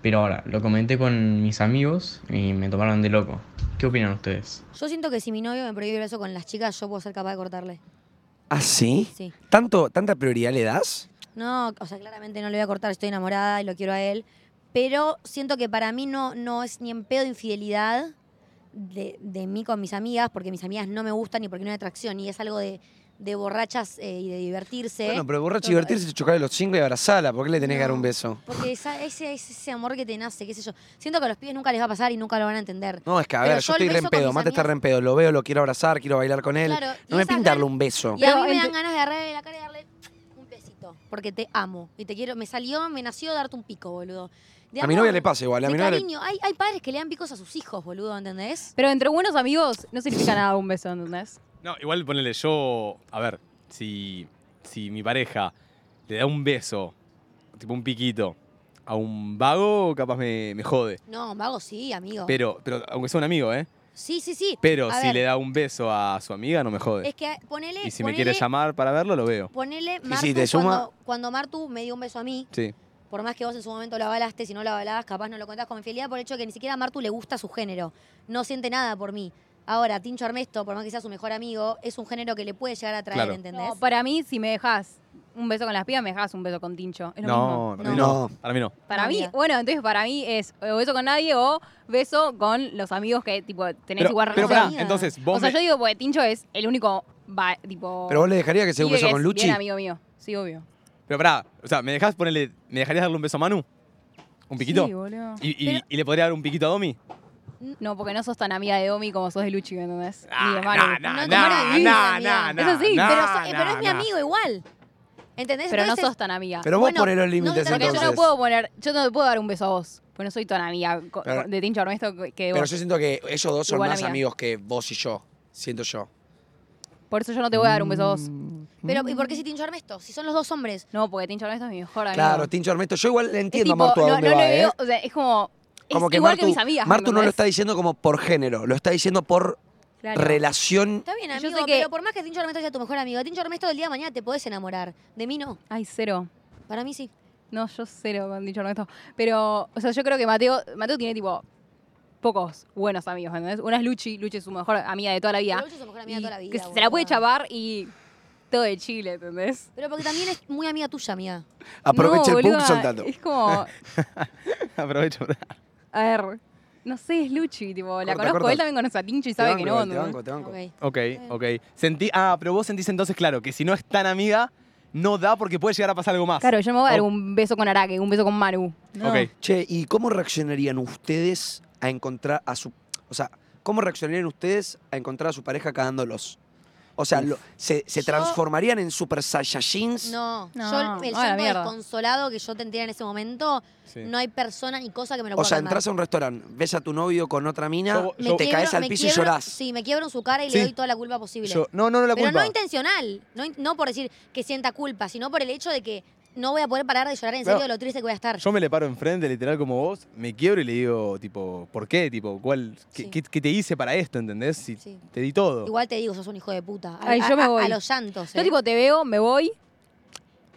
Speaker 10: Pero ahora, lo comenté con mis amigos y me tomaron de loco. ¿Qué opinan ustedes?
Speaker 1: Yo siento que si mi novio me prohíbe eso con las chicas, yo puedo ser capaz de cortarle.
Speaker 3: ¿Ah, sí?
Speaker 1: Sí.
Speaker 3: ¿Tanto, ¿Tanta prioridad le das?
Speaker 1: No, o sea, claramente no le voy a cortar, estoy enamorada y lo quiero a él. Pero siento que para mí no, no es ni en pedo infidelidad de, de mí con mis amigas, porque mis amigas no me gustan y porque no hay atracción, y es algo de, de borrachas eh, y de divertirse.
Speaker 3: Bueno, pero borracho
Speaker 1: Total.
Speaker 3: divertirse, chocarle los cinco y abrazarla. ¿Por qué le tenés que dar un
Speaker 1: No.
Speaker 3: beso?
Speaker 1: Porque esa- ese es ese amor que te nace, qué sé yo. Siento que a los pibes nunca les va a pasar y nunca lo van a entender.
Speaker 3: No, es que, a
Speaker 1: Pero
Speaker 3: ver, yo
Speaker 1: yo el
Speaker 3: estoy re en
Speaker 1: beso con
Speaker 3: pedo.
Speaker 1: mis
Speaker 3: Mate está
Speaker 1: amigas-
Speaker 3: re en pedo. Lo veo, lo quiero abrazar, quiero bailar con él.
Speaker 1: Claro, y
Speaker 3: no me
Speaker 1: esas
Speaker 3: pintarle
Speaker 1: ganas-
Speaker 3: un beso.
Speaker 1: Y a
Speaker 4: Pero
Speaker 1: mí me
Speaker 4: ent-
Speaker 1: dan ganas de agarrarle la cara y darle un besito. Porque te amo. Y te quiero. Me salió, me nació darte un pico, boludo. De
Speaker 3: A mi
Speaker 1: amor,
Speaker 3: novia le pasa igual. A
Speaker 1: de
Speaker 3: mi novia le-
Speaker 1: cariño. Hay, hay padres que le dan picos a sus hijos, boludo, ¿entendés?
Speaker 4: Pero entre buenos amigos no significa nada un beso, ¿entendés?
Speaker 2: No, igual ponele yo. A ver, si, si mi pareja le da un beso, tipo un piquito, a un vago, capaz me, me jode.
Speaker 1: No, vago sí, amigo.
Speaker 2: Pero, pero aunque sea un amigo, ¿eh?
Speaker 1: Sí, sí, sí.
Speaker 2: Pero
Speaker 1: A
Speaker 2: si
Speaker 1: ver,
Speaker 2: le da un beso a su amiga, no me jode.
Speaker 1: Es que ponele.
Speaker 2: y si me
Speaker 1: ponele-
Speaker 2: quiere llamar para verlo, lo veo.
Speaker 1: Ponele
Speaker 3: si
Speaker 1: Martu.
Speaker 3: te suma-
Speaker 1: cuando, cuando Martu me dio un beso a mí,
Speaker 2: Sí.
Speaker 1: por más que vos en su momento lo avalaste, si no lo avalabas, capaz no lo contás con fidelidad, por el hecho de que ni siquiera a Martu le gusta su género. No siente nada por mí. Ahora, Tincho Armesto, por más que sea su mejor amigo, es un género que le puede llegar a traer,
Speaker 2: Claro.
Speaker 1: ¿entendés?
Speaker 4: No, para mí, si me dejas un beso con las pibas, me dejas un beso con Tincho. Es lo mismo.
Speaker 2: No, para mí no. Para mí no.
Speaker 4: Para
Speaker 1: No,
Speaker 4: mí,
Speaker 1: amiga.
Speaker 4: bueno, entonces para mí es o beso con nadie o beso con los amigos que tipo tenés
Speaker 2: Pero,
Speaker 4: igual
Speaker 1: para-
Speaker 2: pero pará,
Speaker 4: relación.
Speaker 1: amiga.
Speaker 2: entonces vos
Speaker 4: O sea,
Speaker 2: me-
Speaker 4: yo digo, porque Tincho es el único va- tipo.
Speaker 3: Pero vos le dejarías que se dé un
Speaker 4: pibe
Speaker 3: beso
Speaker 4: que
Speaker 3: con
Speaker 4: es
Speaker 3: Luchi.
Speaker 4: Bien amigo mío. Sí, obvio.
Speaker 2: Pero pará, o sea, ¿me dejás ponerle, me dejarías darle un beso a Manu? ¿Un piquito?
Speaker 4: Sí, boludo.
Speaker 2: ¿Y, y-
Speaker 1: Pero-
Speaker 2: y le podría dar un piquito a Domi?
Speaker 4: No, porque no sos tan amiga de Omi como sos de Luchi, ¿me entendés? Ni de
Speaker 2: Ah,
Speaker 4: Manu.
Speaker 1: No,
Speaker 2: nah, nah, nah,
Speaker 1: tomar de vida,
Speaker 2: nah,
Speaker 1: mirá.
Speaker 2: nah,
Speaker 4: Eso sí,
Speaker 2: nah,
Speaker 1: pero, so- eh,
Speaker 2: nah,
Speaker 1: pero es mi
Speaker 2: nah.
Speaker 1: amigo igual. ¿Entendés?
Speaker 4: Pero no
Speaker 1: Entonces,
Speaker 4: sos tan amiga.
Speaker 3: Pero vos
Speaker 1: Bueno,
Speaker 3: ponés los
Speaker 1: no,
Speaker 3: límites
Speaker 1: pero
Speaker 4: Porque
Speaker 1: que
Speaker 3: entonces.
Speaker 4: yo no puedo poner, yo no te puedo dar un beso a vos, porque no soy tan amiga co-
Speaker 3: Pero-
Speaker 4: de Tincho Ernesto que- que
Speaker 3: Pero
Speaker 4: vos.
Speaker 3: yo siento que ellos dos son
Speaker 4: Igual,
Speaker 3: más
Speaker 4: amiga.
Speaker 3: amigos que vos y yo. Siento yo.
Speaker 4: Por eso yo no te voy a dar un beso a vos.
Speaker 3: Mm.
Speaker 1: Pero, ¿y por qué si Tincho Armesto? Si son los dos hombres.
Speaker 4: No, porque Tincho Ernesto es mi mejor amigo.
Speaker 3: Claro, Tincho Armesto. Yo igual le
Speaker 4: Es
Speaker 3: entiendo
Speaker 4: tipo,
Speaker 3: a Martu a
Speaker 4: no-
Speaker 3: dónde
Speaker 4: no
Speaker 3: va,
Speaker 4: le veo-
Speaker 3: ¿eh?
Speaker 4: o sea, es como, es
Speaker 3: Como que
Speaker 4: igual
Speaker 3: Martu,
Speaker 4: que mis amigas. ¿me
Speaker 3: Martu no lo
Speaker 4: entendés?
Speaker 3: está diciendo como por género, lo está diciendo por
Speaker 4: Claro.
Speaker 3: relación.
Speaker 1: Está bien,
Speaker 4: Y yo
Speaker 1: amigo,
Speaker 4: sé que-
Speaker 1: pero por más que Tincho Armesto sea tu mejor amigo, de Tincho Armesto del día de mañana te podés enamorar. De mí no,
Speaker 4: Ay, cero.
Speaker 1: para mí sí.
Speaker 4: No, yo cero con Tincho Ernesto. Pero, o sea, yo creo que Mateo, Mateo tiene tipo pocos buenos amigos, ¿me ¿entendés? Una es Luchi, Luchi es su mejor amiga de toda la vida.
Speaker 1: Pero Lucho es su mejor amiga de
Speaker 4: Y
Speaker 1: toda la vida.
Speaker 4: que se- se
Speaker 1: boluda.
Speaker 4: la puede chavar y todo de Chile, ¿entendés?
Speaker 1: Pero porque también es muy amiga tuya, amiga.
Speaker 3: Aprovecha
Speaker 4: No,
Speaker 3: el punk
Speaker 4: boluda,
Speaker 3: soltando.
Speaker 4: Es como,
Speaker 2: Aprovecho. pará.
Speaker 4: a ver, no sé, es Luchi, tipo, la
Speaker 3: Corta,
Speaker 4: conozco,
Speaker 3: corta.
Speaker 4: él también conoce a Tincho y
Speaker 3: Te
Speaker 4: sabe
Speaker 3: banco,
Speaker 4: que no,
Speaker 3: igual, te
Speaker 4: ¿entendés?
Speaker 3: banco, te banco.
Speaker 1: Ok.
Speaker 2: Ok, ok. Sentí, ah, pero vos sentís entonces, claro, que si no es tan amiga, no da porque puede llegar a pasar algo más.
Speaker 4: Claro, yo me voy a dar
Speaker 2: Oh.
Speaker 4: un beso con Araque, un beso con Manu. No.
Speaker 2: Ok.
Speaker 3: Che, ¿y cómo reaccionarían ustedes a encontrar a su. O sea, ¿cómo reaccionarían ustedes a encontrar a su pareja cagándolos? O sea, lo- ¿se, se
Speaker 1: Yo-
Speaker 3: transformarían en Super Saiyajins?
Speaker 1: No,
Speaker 4: No,
Speaker 1: yo el
Speaker 4: a la
Speaker 1: llanto
Speaker 4: mierda.
Speaker 1: desconsolado que yo tendría en ese momento,
Speaker 2: Sí.
Speaker 1: no hay persona ni cosa que me lo
Speaker 3: O
Speaker 1: pueda
Speaker 3: sea,
Speaker 1: calmar.
Speaker 3: entras a un restaurante, ves a tu novio con otra mina,
Speaker 2: Yo-
Speaker 1: Me
Speaker 2: yo-
Speaker 3: te
Speaker 1: quiebro-
Speaker 3: caes al
Speaker 1: me
Speaker 3: piso y
Speaker 1: quiebro-
Speaker 3: llorás.
Speaker 1: Sí, me quiebro en su cara y
Speaker 2: Sí.
Speaker 1: le doy toda la culpa posible.
Speaker 2: Yo- no, no, no la
Speaker 1: pero
Speaker 2: culpa.
Speaker 1: no intencional, no, in- no por decir que sienta culpa, sino por el hecho de que no voy a poder parar de llorar en
Speaker 2: Claro.
Speaker 1: serio de lo triste que voy a estar.
Speaker 2: Yo me le paro enfrente, literal, como vos, me quiebro y le digo, tipo, ¿por qué? Tipo, ¿cuál, qué,
Speaker 1: Sí.
Speaker 2: qué- qué te hice para esto, entendés? Si
Speaker 1: Sí.
Speaker 2: te di todo.
Speaker 1: Igual te digo, sos un hijo de puta. A,
Speaker 4: Ay,
Speaker 1: a-
Speaker 4: yo me
Speaker 1: a-
Speaker 4: voy.
Speaker 1: a los llantos.
Speaker 4: Yo
Speaker 1: eh.
Speaker 4: tipo te veo, me voy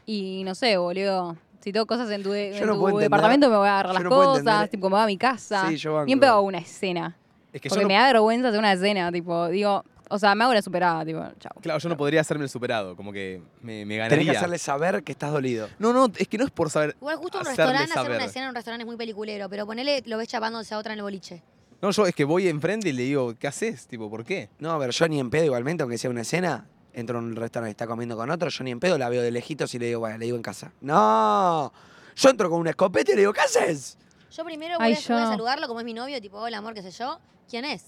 Speaker 4: y no sé, boludo. Si tengo cosas en tu, de-
Speaker 3: Yo
Speaker 4: en
Speaker 3: no
Speaker 4: tu
Speaker 3: puedo entender-
Speaker 4: departamento me voy a agarrar
Speaker 3: yo
Speaker 4: las
Speaker 3: no puedo entender-
Speaker 4: cosas, tipo me voy a mi casa.
Speaker 3: Sí, yo banco.
Speaker 4: Bien pego una escena.
Speaker 2: es que yo
Speaker 4: porque
Speaker 2: no,
Speaker 4: me da vergüenza hacer una escena, tipo, digo, o sea, me hago una superada, tipo, chao.
Speaker 2: claro, yo no podría hacerme el superado, como que me, me
Speaker 3: Tenés que
Speaker 2: ganaría.
Speaker 3: hacerle saber que estás dolido.
Speaker 2: No, no, es que no es por saber.
Speaker 1: Igual justo en un
Speaker 2: hacerle
Speaker 1: restaurante, hacer
Speaker 2: saber.
Speaker 1: una escena en un restaurante es muy peliculero, pero ponele, lo ves chapándose a otra en el boliche.
Speaker 2: No, yo es que voy enfrente y le digo, ¿qué haces? Tipo, ¿por qué?
Speaker 3: No, pero yo ni en pedo igualmente, aunque sea una escena, entro en un restaurante y está comiendo con otro, yo ni en pedo la veo de lejitos y le digo, bueno, le digo en casa. No, yo entro con una escopeta y le digo, ¿qué haces?
Speaker 1: Yo primero voy,
Speaker 4: Ay,
Speaker 1: a, voy a
Speaker 4: yo.
Speaker 1: saludarlo como es mi novio, tipo, hola amor, qué sé yo. ¿Quién es?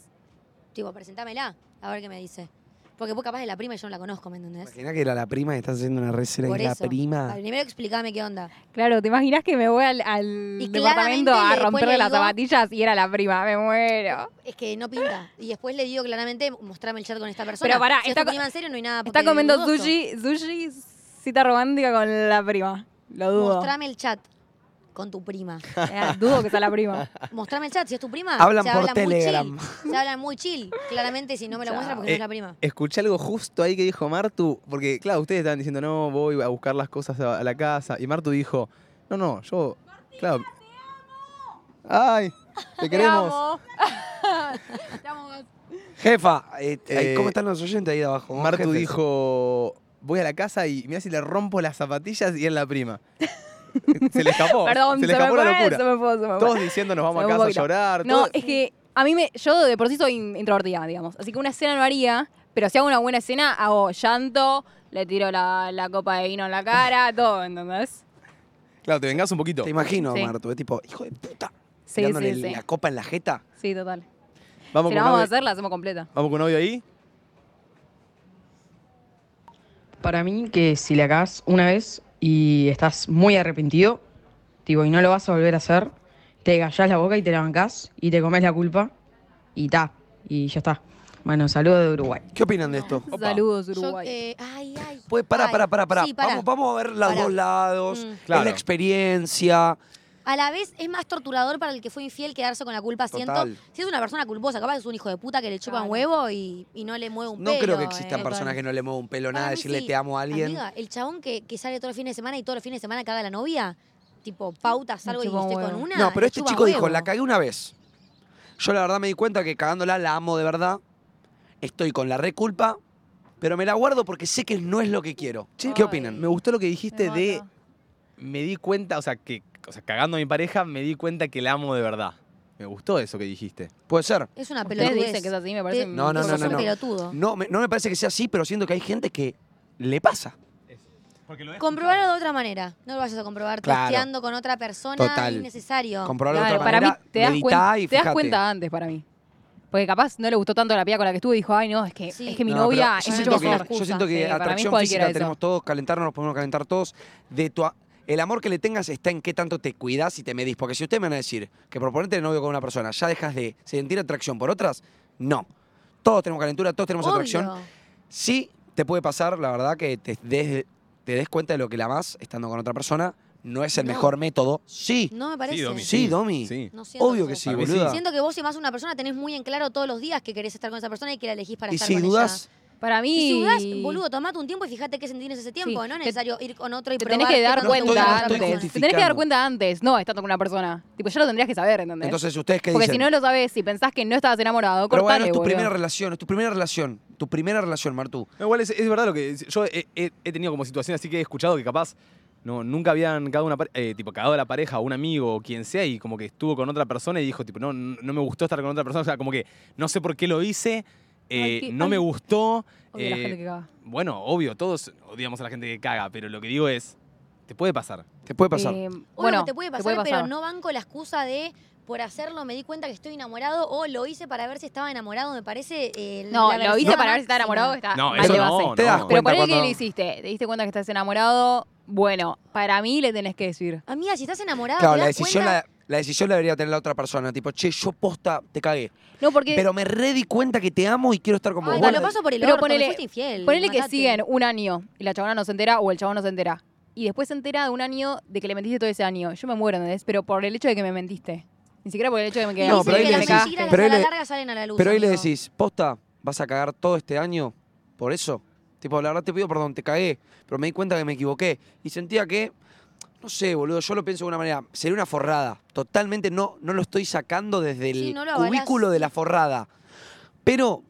Speaker 1: Tipo, presentámela, a ver qué me dice. Porque vos capaz es la prima y yo no la conozco, ¿me entendés?
Speaker 3: Imagina que era la prima y estás haciendo una recera y
Speaker 1: Por
Speaker 3: es la
Speaker 1: eso.
Speaker 3: prima.
Speaker 1: Al Primero explícame qué onda.
Speaker 4: Claro, ¿te imaginas que me voy al, al
Speaker 1: Y claramente
Speaker 4: departamento a
Speaker 1: le- después
Speaker 4: romperle
Speaker 1: le
Speaker 4: las
Speaker 1: digo-
Speaker 4: zapatillas y era la prima? Me muero.
Speaker 1: Es que no pinta. Y después le digo claramente, mostrame el chat con esta persona.
Speaker 4: Pero pará,
Speaker 1: si es
Speaker 4: está
Speaker 1: tu
Speaker 4: co-
Speaker 1: prima en serio no hay nada
Speaker 4: Está
Speaker 1: porque
Speaker 4: comiendo
Speaker 1: dudoso.
Speaker 4: sushi, sushi, cita romántica con la prima. Lo dudo.
Speaker 1: Mostrame el chat con tu prima.
Speaker 4: Eh, dudo que sea la prima.
Speaker 1: Mostrame el chat, si es tu prima.
Speaker 3: Hablan
Speaker 1: se
Speaker 3: por
Speaker 1: hablan muy chill.
Speaker 3: Telegram.
Speaker 1: Se hablan muy chill. Claramente si no me lo muestra porque
Speaker 2: Eh,
Speaker 1: no es la prima.
Speaker 2: Escuché algo justo ahí que dijo Martu, porque claro, ustedes estaban diciendo, no, voy a buscar las cosas a a la casa. Y Martu dijo, no, no, yo, claro. ¡Ay! ¡Te queremos!
Speaker 3: Jefa, eh,
Speaker 2: Eh,
Speaker 3: ¿cómo están los oyentes ahí de abajo?
Speaker 2: Martu
Speaker 3: Jefes.
Speaker 2: dijo, voy a la casa y mirá si le rompo las zapatillas y es la prima. Oh, se le escapó.
Speaker 4: Perdón,
Speaker 2: se le
Speaker 4: me
Speaker 2: escapó la
Speaker 4: fue,
Speaker 2: locura.
Speaker 4: se me fue, se me fue.
Speaker 2: Todos diciendo nos vamos
Speaker 4: Se
Speaker 2: a
Speaker 4: me
Speaker 2: casa a
Speaker 4: fue un poquito.
Speaker 2: llorar.
Speaker 4: No,
Speaker 2: todo-
Speaker 4: es que a mí me, yo de por sí soy in- introvertida, digamos. Así que una escena no haría, pero si hago una buena escena, hago llanto, le tiro la, la copa de vino en la cara, todo, ¿entendés?
Speaker 2: Claro, te vengás un poquito.
Speaker 3: Te imagino,
Speaker 4: Sí.
Speaker 3: Martu, es tipo, hijo de puta.
Speaker 4: Sí,
Speaker 3: tirándole
Speaker 4: sí, sí.
Speaker 3: la copa en la jeta.
Speaker 4: Sí, total.
Speaker 2: Vamos con
Speaker 4: Si la vamos a
Speaker 2: audio-
Speaker 4: hacer, la hacemos completa.
Speaker 2: vamos con audio ahí.
Speaker 11: Para mí que si la cagás una vez y estás muy arrepentido, tipo, y no lo vas a volver a hacer, te callás la boca y te la bancás y te comes la culpa y ta, y ya está. Bueno, saludos de Uruguay.
Speaker 3: ¿Qué opinan de esto?
Speaker 2: Opa.
Speaker 4: Saludos,
Speaker 1: Yo,
Speaker 4: Uruguay.
Speaker 1: eh, ay, ay.
Speaker 3: Pues pará,
Speaker 1: Ay,
Speaker 3: pará, pará, pará.
Speaker 1: sí, pará.
Speaker 3: Vamos, vamos a ver los
Speaker 1: Pará.
Speaker 3: dos lados,
Speaker 1: Mm.
Speaker 3: es
Speaker 2: Claro.
Speaker 3: la experiencia.
Speaker 1: A la vez es más torturador para el que fue infiel quedarse con la culpa, siento.
Speaker 3: Total.
Speaker 1: Si es una persona culposa, capaz es un hijo de puta que le chupa un huevo y, y no le mueve un
Speaker 3: No
Speaker 1: pelo.
Speaker 3: creo que existan
Speaker 1: eh.
Speaker 3: personas que no le muevan un pelo
Speaker 1: Para
Speaker 3: nada,
Speaker 1: mí
Speaker 3: decirle
Speaker 1: sí.
Speaker 3: te amo a alguien.
Speaker 1: Amiga, el chabón que, que sale todos los fines de semana y todos los fines de semana caga a la novia, tipo, pautas algo y
Speaker 4: chupa un
Speaker 1: usted con
Speaker 4: huevo.
Speaker 1: una.
Speaker 3: no, pero
Speaker 1: le
Speaker 3: este
Speaker 1: chupa un
Speaker 3: chico dijo,
Speaker 1: huevo.
Speaker 3: la cagué una vez. Yo la verdad me di cuenta que cagándola la amo de verdad. Estoy con la reculpa, pero me la guardo porque sé que no es lo que quiero.
Speaker 2: Che,
Speaker 3: ¿Qué opinan?
Speaker 2: Me gustó lo que dijiste
Speaker 4: Me
Speaker 2: de.
Speaker 4: mata.
Speaker 2: Me di cuenta, o sea, que. O sea, cagando a mi pareja, me di cuenta que la amo de verdad. Me gustó eso que dijiste.
Speaker 3: Puede ser.
Speaker 1: Es una
Speaker 4: Ustedes
Speaker 1: pelotudez.
Speaker 4: dicen que es así, me parece.
Speaker 1: Te-
Speaker 3: No, no,
Speaker 1: sos
Speaker 3: no, no,
Speaker 1: un
Speaker 3: no.
Speaker 1: pelotudo.
Speaker 3: No me, no me parece que sea así, pero siento que hay gente que le pasa.
Speaker 1: Comprobarlo de otra manera. No lo vayas a comprobar
Speaker 3: Claro.
Speaker 1: testeando con otra persona
Speaker 3: Total.
Speaker 1: innecesario.
Speaker 3: Comprobarlo de
Speaker 4: Claro,
Speaker 3: otra
Speaker 4: para mí
Speaker 3: manera,
Speaker 4: te das,
Speaker 3: meditá
Speaker 4: cuenta,
Speaker 3: y
Speaker 4: te das
Speaker 3: fíjate.
Speaker 4: cuenta antes para mí. Porque capaz no le gustó tanto la piba con la que estuve y dijo, ay, no, es que,
Speaker 1: Sí.
Speaker 4: es que mi
Speaker 3: No,
Speaker 4: novia
Speaker 3: pero
Speaker 4: es
Speaker 3: yo
Speaker 4: mucho
Speaker 3: siento,
Speaker 4: mejor.
Speaker 3: que, yo siento que
Speaker 4: Sí, para mí
Speaker 3: atracción
Speaker 4: cualquiera
Speaker 3: física
Speaker 4: eso.
Speaker 3: tenemos todos, calentarnos nos podemos calentar todos. De tu, a- el amor que le tengas está en qué tanto te cuidas y te medís. Porque si ustedes me van a decir que por ponerte de novio con una persona ya dejas de sentir atracción por otras, no. Todos tenemos calentura, todos tenemos
Speaker 1: Obvio.
Speaker 3: atracción. Sí, te puede pasar, la verdad, que te des, te des cuenta de lo que la amás estando con otra persona. No es el
Speaker 1: No.
Speaker 3: mejor método. Sí,
Speaker 1: No me parece.
Speaker 2: Domi,
Speaker 3: Sí, Domi.
Speaker 2: Sí.
Speaker 1: No siento
Speaker 3: obvio
Speaker 1: eso.
Speaker 3: que sí,
Speaker 2: Para mí sí.
Speaker 3: boluda.
Speaker 1: Siento que vos, si más una persona, tenés muy en claro todos los días que querés estar con esa persona y que la elegís para
Speaker 3: Y
Speaker 1: estar
Speaker 3: si
Speaker 1: con
Speaker 3: dudás,
Speaker 1: ella.
Speaker 4: Para mí.
Speaker 1: Y si dudás, boludo, tomate un tiempo y fíjate qué sentís en ese tiempo.
Speaker 4: Sí.
Speaker 1: No es
Speaker 4: Te-
Speaker 1: necesario ir con otro y
Speaker 4: Te
Speaker 1: probar
Speaker 4: tenés que
Speaker 1: qué
Speaker 4: dar
Speaker 1: tanto te gusta
Speaker 4: cuenta
Speaker 1: otra
Speaker 3: estoy
Speaker 4: antes.
Speaker 1: persona.
Speaker 4: Te tenés que dar
Speaker 3: justificando.
Speaker 4: cuenta antes, no estando con una persona. Tipo, ya lo tendrías que saber, ¿entendés?
Speaker 3: entonces, ¿ustedes qué
Speaker 4: Porque
Speaker 3: dicen?
Speaker 4: si no lo sabés, si pensás que no estabas enamorado,
Speaker 3: Pero bueno,
Speaker 4: cortale,
Speaker 3: es tu
Speaker 4: boludo.
Speaker 3: primera relación, es tu primera relación. Tu primera relación, Martu.
Speaker 2: No, igual es, es verdad lo que. Yo he, he- he tenido como situación así que he escuchado que capaz. No, nunca habían cada una pare- eh, tipo cagado a la pareja o un amigo o quien sea y como que estuvo con otra persona y dijo tipo no no me gustó estar con otra persona o sea como que no sé por qué lo hice eh,
Speaker 4: qué-
Speaker 2: no
Speaker 4: ay.
Speaker 2: me gustó
Speaker 4: Odio la
Speaker 2: eh,
Speaker 4: gente que caga.
Speaker 2: bueno obvio todos odiamos a la gente que caga pero lo que digo es te puede pasar
Speaker 3: Te puede pasar.
Speaker 4: Eh,
Speaker 1: Obvio
Speaker 4: bueno,
Speaker 1: que te puede, pasar, pero no banco la excusa de por hacerlo me di cuenta que estoy enamorado o lo hice para ver si estaba enamorado, me parece. eh,
Speaker 4: No,
Speaker 1: la
Speaker 4: lo hice
Speaker 1: versión
Speaker 4: para ver si está
Speaker 1: máxima.
Speaker 4: enamorado. Está
Speaker 2: no
Speaker 4: mal
Speaker 2: eso
Speaker 4: de
Speaker 2: no,
Speaker 4: base.
Speaker 2: no.
Speaker 3: Te das cuenta.
Speaker 4: Pero por ahí que
Speaker 3: cuando-
Speaker 4: le hiciste, te diste cuenta que estás enamorado, bueno, para mí le tenés que decir.
Speaker 1: Amiga, si estás enamorado,
Speaker 3: Claro,
Speaker 1: Ah, te
Speaker 3: la
Speaker 1: das
Speaker 3: decisión
Speaker 1: cuenta-
Speaker 3: la, la decisión la debería tener la otra persona. Tipo, che, yo posta, te cagué.
Speaker 4: No, porque
Speaker 3: Pero me re di cuenta que te amo y quiero estar con vos.
Speaker 1: Ay,
Speaker 3: Vos
Speaker 1: me Ah, lo
Speaker 3: la-
Speaker 1: paso por el
Speaker 4: Pero
Speaker 1: orto, me
Speaker 4: ponele-
Speaker 1: fuiste infiel.
Speaker 4: ponele que
Speaker 1: matate.
Speaker 4: siguen un año y la chabona no se entera o el chabón no se entera. Y después se entera de un año de que le mentiste todo ese año. Yo me muero, ¿entendés? Pero por el hecho de que me mentiste. Ni siquiera por el hecho de que me
Speaker 1: Y
Speaker 4: quedé
Speaker 3: No,
Speaker 1: dicen
Speaker 3: pero ahí
Speaker 1: que
Speaker 3: le
Speaker 1: las
Speaker 3: decís-
Speaker 1: mentiras
Speaker 3: pero ahí
Speaker 1: a la
Speaker 3: le-
Speaker 1: larga salen a la luz.
Speaker 3: Pero ahí le
Speaker 1: amigo.
Speaker 3: decís, posta, vas a cagar todo este año por eso. Tipo, la verdad te pido perdón, te cagué. Pero me di cuenta que me equivoqué. Y sentía que, no sé, boludo, yo lo pienso de una manera. Sería una forrada. Totalmente no, no lo estoy sacando desde el
Speaker 1: Sí, no lo avalás.
Speaker 3: cubículo de la forrada. Pero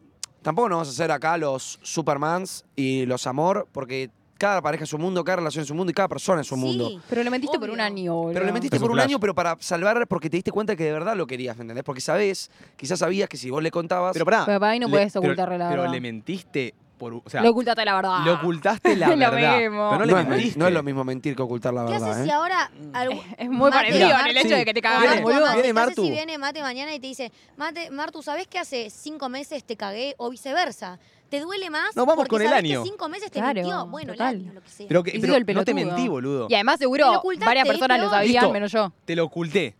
Speaker 3: tampoco nos vamos a hacer acá los Supermans y los amor, porque cada pareja es un mundo, cada relación es un mundo y cada persona es un
Speaker 1: Sí.
Speaker 3: mundo.
Speaker 4: Pero le mentiste por
Speaker 1: Obvio.
Speaker 4: un año, boludo.
Speaker 3: Pero le metiste
Speaker 2: Es un
Speaker 3: por un
Speaker 2: flash.
Speaker 3: año, pero para salvar, porque te diste cuenta que de verdad lo querías, ¿me entendés? Porque sabés, quizás sabías que si vos le contabas.
Speaker 2: pero pará
Speaker 4: Pero para mí no
Speaker 2: le-
Speaker 4: puedes
Speaker 2: pero-
Speaker 4: ocultarle la
Speaker 2: pero
Speaker 4: verdad.
Speaker 2: le mentiste por o sea
Speaker 4: Lo ocultate la verdad.
Speaker 2: lo ocultaste la
Speaker 4: Ah. Lo
Speaker 2: verdad
Speaker 4: mismo.
Speaker 2: pero no le
Speaker 3: no, es,
Speaker 2: mentiste
Speaker 3: no es lo mismo mentir que ocultar la
Speaker 1: ¿Qué
Speaker 3: verdad.
Speaker 1: haces
Speaker 3: ¿eh?
Speaker 1: si ahora algún-
Speaker 4: Es muy
Speaker 1: Mate,
Speaker 4: parecido en el
Speaker 1: Martu-
Speaker 4: hecho de que te
Speaker 1: Martu
Speaker 4: cagaron,
Speaker 1: a
Speaker 4: boludo.
Speaker 1: Mate, ¿qué
Speaker 2: Viene
Speaker 1: haces
Speaker 2: Martu.
Speaker 1: Si viene Mate mañana y te dice, Mate, Martu, ¿sabés que hace cinco meses te cagué o viceversa? ¿Te duele más?
Speaker 2: No, vamos
Speaker 1: porque
Speaker 2: con el
Speaker 1: sabés
Speaker 2: año.
Speaker 1: que cinco meses te
Speaker 4: Claro,
Speaker 1: mintió. Bueno,
Speaker 4: total.
Speaker 1: el año, lo que sea.
Speaker 2: Pero, que-
Speaker 4: Hizo
Speaker 2: pero
Speaker 4: el
Speaker 2: no te
Speaker 4: pelotudo.
Speaker 2: mentí, boludo.
Speaker 4: Y además
Speaker 1: Te lo
Speaker 4: seguro
Speaker 1: ocultaste,
Speaker 4: varias personas
Speaker 1: es
Speaker 4: lo
Speaker 1: peor.
Speaker 4: sabían,
Speaker 2: Listo.
Speaker 4: menos yo.
Speaker 2: Te lo oculté.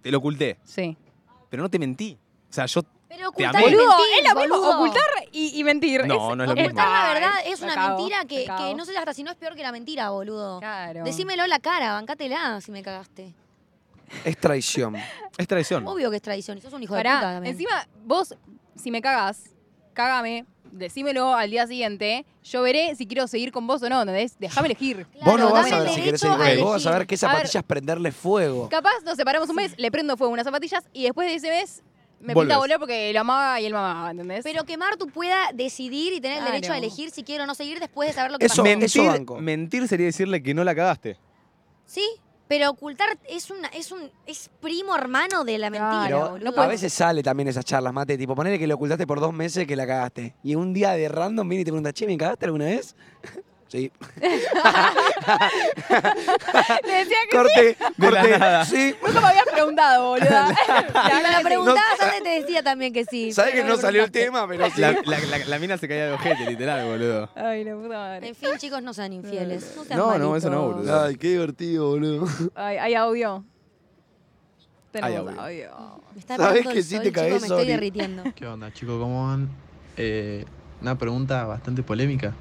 Speaker 2: Te lo oculté.
Speaker 4: Sí.
Speaker 2: Pero no te mentí. O sea, yo.
Speaker 1: Pero
Speaker 2: Te
Speaker 1: ocultar
Speaker 2: amé.
Speaker 1: es
Speaker 4: Boludo,
Speaker 1: mentir,
Speaker 4: es lo mismo
Speaker 1: boludo.
Speaker 4: ocultar y, y mentir.
Speaker 2: No, no es lo mismo.
Speaker 1: Ocultar la verdad es
Speaker 4: Me
Speaker 1: una
Speaker 4: cago,
Speaker 1: mentira que,
Speaker 4: me cago.
Speaker 1: que no sé hasta si no es peor que la mentira, boludo.
Speaker 4: Claro.
Speaker 1: Decímelo a la cara, bancátela si me cagaste.
Speaker 3: Es traición.
Speaker 2: Es traición.
Speaker 1: Obvio que es traición, y sos un hijo de puta
Speaker 4: Pará,
Speaker 1: también.
Speaker 4: encima vos, si me cagás, cagame, decímelo al día siguiente, yo veré si quiero seguir con vos o no, ¿entendés? Déjame elegir.
Speaker 1: Claro,
Speaker 3: vos no vas
Speaker 1: dame
Speaker 3: a
Speaker 1: el
Speaker 3: ver si querés
Speaker 1: derecho
Speaker 3: seguir con
Speaker 1: a
Speaker 3: él. Vos vas a ver
Speaker 1: elegir.
Speaker 3: qué
Speaker 4: A ver.
Speaker 3: zapatillas prenderle fuego.
Speaker 4: Capaz nos separamos un mes, le prendo fuego unas zapatillas y después de ese mes me
Speaker 2: Volvés.
Speaker 4: pinta a volver porque lo amaba y él me amaba, ¿entendés?
Speaker 1: Pero que Martu pueda decidir y tener el
Speaker 4: Claro.
Speaker 1: derecho a elegir si quiero o no seguir después de saber lo que
Speaker 3: Eso,
Speaker 1: pasó.
Speaker 2: mentir,
Speaker 3: eso banco.
Speaker 2: mentir sería decirle que no la cagaste.
Speaker 1: Sí, pero ocultar es una, es un, es primo hermano de la mentira,
Speaker 4: Claro,
Speaker 1: boludo.
Speaker 4: no
Speaker 3: a veces sale también esas charlas, mate. Tipo, ponele que le ocultaste por dos meses que la cagaste. Y un día de random viene y te pregunta, che, ¿me cagaste alguna vez? sí.
Speaker 4: Te decía que
Speaker 3: Corte,
Speaker 2: De la nada.
Speaker 3: corte. Sí.
Speaker 4: nunca me habías preguntado, boluda.
Speaker 1: Me la
Speaker 4: pregunta.
Speaker 1: preguntabas antes te decía también que sí.
Speaker 3: Sabés
Speaker 1: pero
Speaker 3: que
Speaker 1: me
Speaker 3: no salió el
Speaker 1: preguntaste.
Speaker 3: tema, pero sí.
Speaker 2: La, la- la- la mina se caía de ojete, literal, boludo.
Speaker 4: Ay, la puta madre.
Speaker 1: En fin, chicos, no sean infieles. No, sean
Speaker 2: No, no, eso no,
Speaker 1: malitos.
Speaker 2: boludo. Ay,
Speaker 3: qué divertido, boludo.
Speaker 1: Eh.
Speaker 4: Ay, hay audio. Tenemos
Speaker 2: Hay audio.
Speaker 4: audio.
Speaker 1: Me está
Speaker 3: Sabés
Speaker 1: pegando
Speaker 3: que
Speaker 1: el
Speaker 3: sí
Speaker 1: sol,
Speaker 3: te cagué,
Speaker 1: chicos, me estoy
Speaker 3: sorry.
Speaker 1: derritiendo.
Speaker 10: ¿Qué onda, chicos? ¿Cómo van? Eh, una pregunta bastante polémica.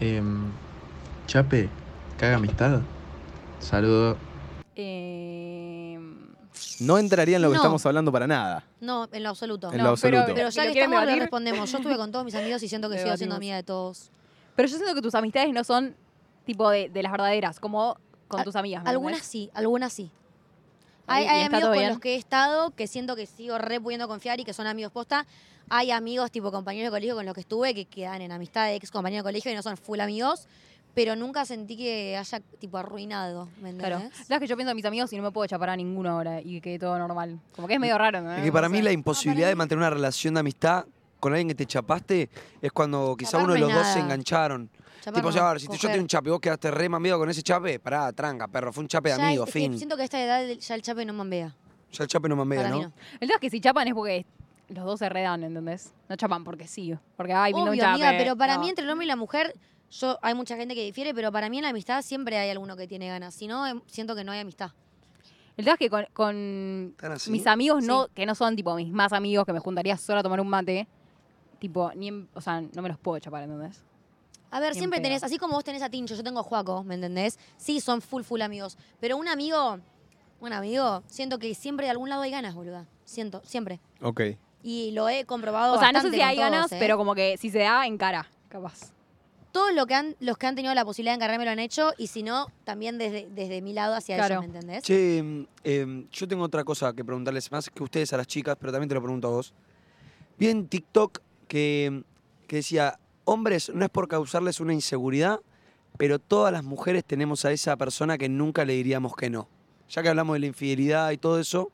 Speaker 10: Em, Chape, ¿caga amistad? Saludo.
Speaker 4: Eh,
Speaker 2: No entraría en lo que
Speaker 1: No.
Speaker 2: estamos hablando para nada.
Speaker 1: No, en lo absoluto.
Speaker 2: En lo No, pero- absoluto.
Speaker 1: Pero ya
Speaker 4: ¿Lo
Speaker 1: que
Speaker 4: quieren
Speaker 1: estamos, le
Speaker 4: debatir?
Speaker 1: respondemos. Yo estuve con todos mis amigos y siento que sigo siendo
Speaker 4: Debatimos.
Speaker 1: amiga de todos.
Speaker 4: Pero yo siento que tus amistades no son tipo de, de las verdaderas, como con tus amigas. ¿me
Speaker 1: Algunas
Speaker 4: entendés?
Speaker 1: sí, algunas sí. Hay,
Speaker 4: ¿Y- y
Speaker 1: hay
Speaker 4: está
Speaker 1: amigos
Speaker 4: todo
Speaker 1: con
Speaker 4: bien?
Speaker 1: los que he estado que siento que sigo re pudiendo confiar y que son amigos posta. Hay amigos tipo compañeros de colegio con los que estuve que quedan en amistad de ex compañeros de colegio y no son full amigos, pero nunca sentí que haya tipo arruinado, ¿me
Speaker 4: Claro.
Speaker 1: entendés?
Speaker 4: Sabes que yo pienso en mis amigos y no me puedo chapar a ninguno ahora y que todo normal. Como que es medio raro,
Speaker 1: Ah,
Speaker 4: ¿no?
Speaker 3: Es que para
Speaker 4: No
Speaker 3: mí
Speaker 4: sé.
Speaker 3: la imposibilidad de mantener una relación de amistad con alguien que te chapaste es cuando quizá
Speaker 1: Chapar
Speaker 3: uno de
Speaker 1: no
Speaker 3: los
Speaker 1: es
Speaker 3: dos se
Speaker 1: nada.
Speaker 3: engancharon.
Speaker 1: Chapar
Speaker 3: tipo,
Speaker 1: no,
Speaker 3: ya, a ver, si te- yo
Speaker 1: coger.
Speaker 3: tengo un chape, vos quedaste re mamido con ese chape, pará, tranca, perro, fue un chape de
Speaker 1: Ya
Speaker 3: amigo,
Speaker 1: es- es que
Speaker 3: fin.
Speaker 1: siento que a esta edad ya el chape no mambea.
Speaker 3: Ya el chape no mamea,
Speaker 1: Para mí
Speaker 3: ¿no?
Speaker 1: no.
Speaker 4: El tema es que si chapan es porque los dos se redan, ¿entendés? No chapan porque sí. Porque, ay, vino un
Speaker 1: Obvio,
Speaker 4: chape.
Speaker 1: amiga, pero para
Speaker 4: No.
Speaker 1: mí entre el hombre y la mujer, yo hay mucha gente que difiere, pero para mí en la amistad siempre hay alguno que tiene ganas. Si no, em, siento que no hay amistad.
Speaker 4: El tema es que con, con
Speaker 3: ¿Están así?
Speaker 4: mis amigos, no,
Speaker 1: Sí.
Speaker 4: que no son tipo mis más amigos, que me juntaría solo a tomar un mate, tipo, ni en- o sea, no me los puedo chapar, ¿entendés?
Speaker 1: A ver,
Speaker 4: Bien
Speaker 1: siempre
Speaker 4: pedo.
Speaker 1: tenés, así como vos tenés a Tincho, yo tengo a Juaco, ¿me entendés? Sí, son full, full amigos. Pero un amigo, un amigo, siento que siempre de algún lado hay ganas, boluda. Siento, siempre.
Speaker 2: Ok.
Speaker 1: Y lo he comprobado.
Speaker 4: O sea, no sé
Speaker 1: bastante
Speaker 4: si
Speaker 1: con
Speaker 4: hay
Speaker 1: todos,
Speaker 4: ganas,
Speaker 1: ¿eh?
Speaker 4: pero como que si se da, en cara, capaz.
Speaker 1: Todos lo que han, los que han tenido la posibilidad de encargarme lo han hecho, y si no, también desde, desde mi lado hacia
Speaker 4: Claro.
Speaker 1: ellos, ¿me entendés?
Speaker 3: Che, mm, em, yo tengo otra cosa que preguntarles más que ustedes a las chicas, pero también te lo pregunto a vos. Vi en TikTok que, em, que decía, hombres, no es por causarles una inseguridad, pero todas las mujeres tenemos a esa persona que nunca le diríamos que no. Ya que hablamos de la infidelidad y todo eso.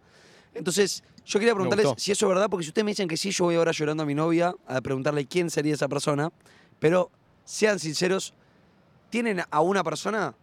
Speaker 3: Entonces, yo quería preguntarles
Speaker 2: gustó.
Speaker 3: si eso es verdad, porque si ustedes me dicen que sí, yo voy ahora llorando a mi novia a preguntarle quién sería esa persona. Pero sean sinceros, ¿tienen a una persona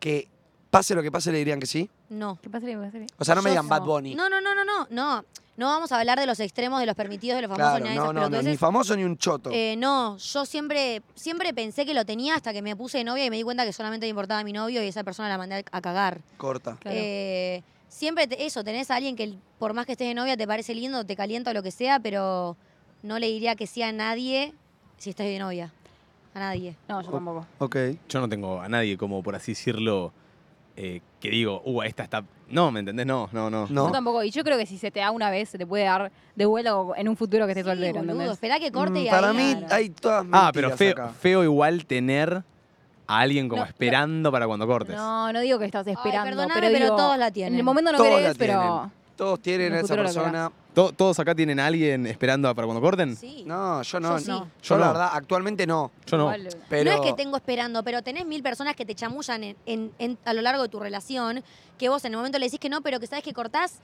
Speaker 3: que pase lo que pase le dirían que sí?
Speaker 1: No.
Speaker 4: ¿Qué pasaría? ¿Qué pasaría?
Speaker 3: O sea, no me
Speaker 1: Yo
Speaker 3: digan
Speaker 1: no.
Speaker 3: Bad Bunny.
Speaker 1: No, no, no, no, no, no. No vamos a hablar de los extremos, de los permitidos, de los famosos,
Speaker 3: claro,
Speaker 1: ni nada de
Speaker 3: no,
Speaker 1: esas
Speaker 3: no, no,
Speaker 1: pelotudeces.
Speaker 3: ni famoso ni un choto.
Speaker 1: Eh, no, yo siempre, siempre pensé que lo tenía hasta que me puse de novia y me di cuenta que solamente me importaba mi novio y esa persona la mandé a cagar.
Speaker 3: Corta.
Speaker 4: Claro.
Speaker 1: Eh, siempre te- eso, tenés a alguien que por más que estés de novia te parece lindo, te calienta o lo que sea, pero no le diría que sí a nadie si estás de novia. A nadie.
Speaker 4: No, yo tampoco.
Speaker 3: Ok.
Speaker 2: Yo no tengo a nadie como, por así decirlo, eh, que digo, uh, a esta está... No, ¿me entendés? No, no, no.
Speaker 3: No.
Speaker 4: Yo tampoco. Y yo creo que si se te da una vez, se te puede dar de vuelta o en un futuro que estés
Speaker 1: Sí,
Speaker 4: soltero,
Speaker 1: boludo,
Speaker 4: ¿entendés?
Speaker 1: esperá que corte y
Speaker 3: Mm, Para
Speaker 1: ahí-
Speaker 3: mí
Speaker 4: Claro.
Speaker 3: hay todas mentiras
Speaker 2: Ah, pero feo,
Speaker 3: acá.
Speaker 2: feo igual tener a alguien como
Speaker 4: No, no.
Speaker 2: esperando para cuando cortes.
Speaker 4: No, no digo que estás
Speaker 1: Ay,
Speaker 4: esperando,
Speaker 1: perdóname,
Speaker 4: pero,
Speaker 1: pero,
Speaker 4: digo,
Speaker 1: todos la
Speaker 4: En
Speaker 1: tienen.
Speaker 4: el momento no
Speaker 3: Todos la
Speaker 4: querés, pero...
Speaker 3: Todos tienen
Speaker 4: En
Speaker 3: a
Speaker 4: el
Speaker 3: esa
Speaker 4: futuro lo
Speaker 3: persona.
Speaker 2: To- ¿Todos acá tienen a alguien esperando para cuando corten?
Speaker 1: Sí.
Speaker 3: No, yo
Speaker 1: Yo
Speaker 3: no.
Speaker 1: sí.
Speaker 3: Yo,
Speaker 2: Yo
Speaker 3: la
Speaker 2: no.
Speaker 3: verdad, actualmente no.
Speaker 2: Yo no.
Speaker 4: Igual,
Speaker 3: Pero
Speaker 1: No es que tengo esperando, pero tenés mil personas que te chamullan en- en- en- a lo largo de tu relación, que vos en el momento le decís que no, pero que sabes que cortás.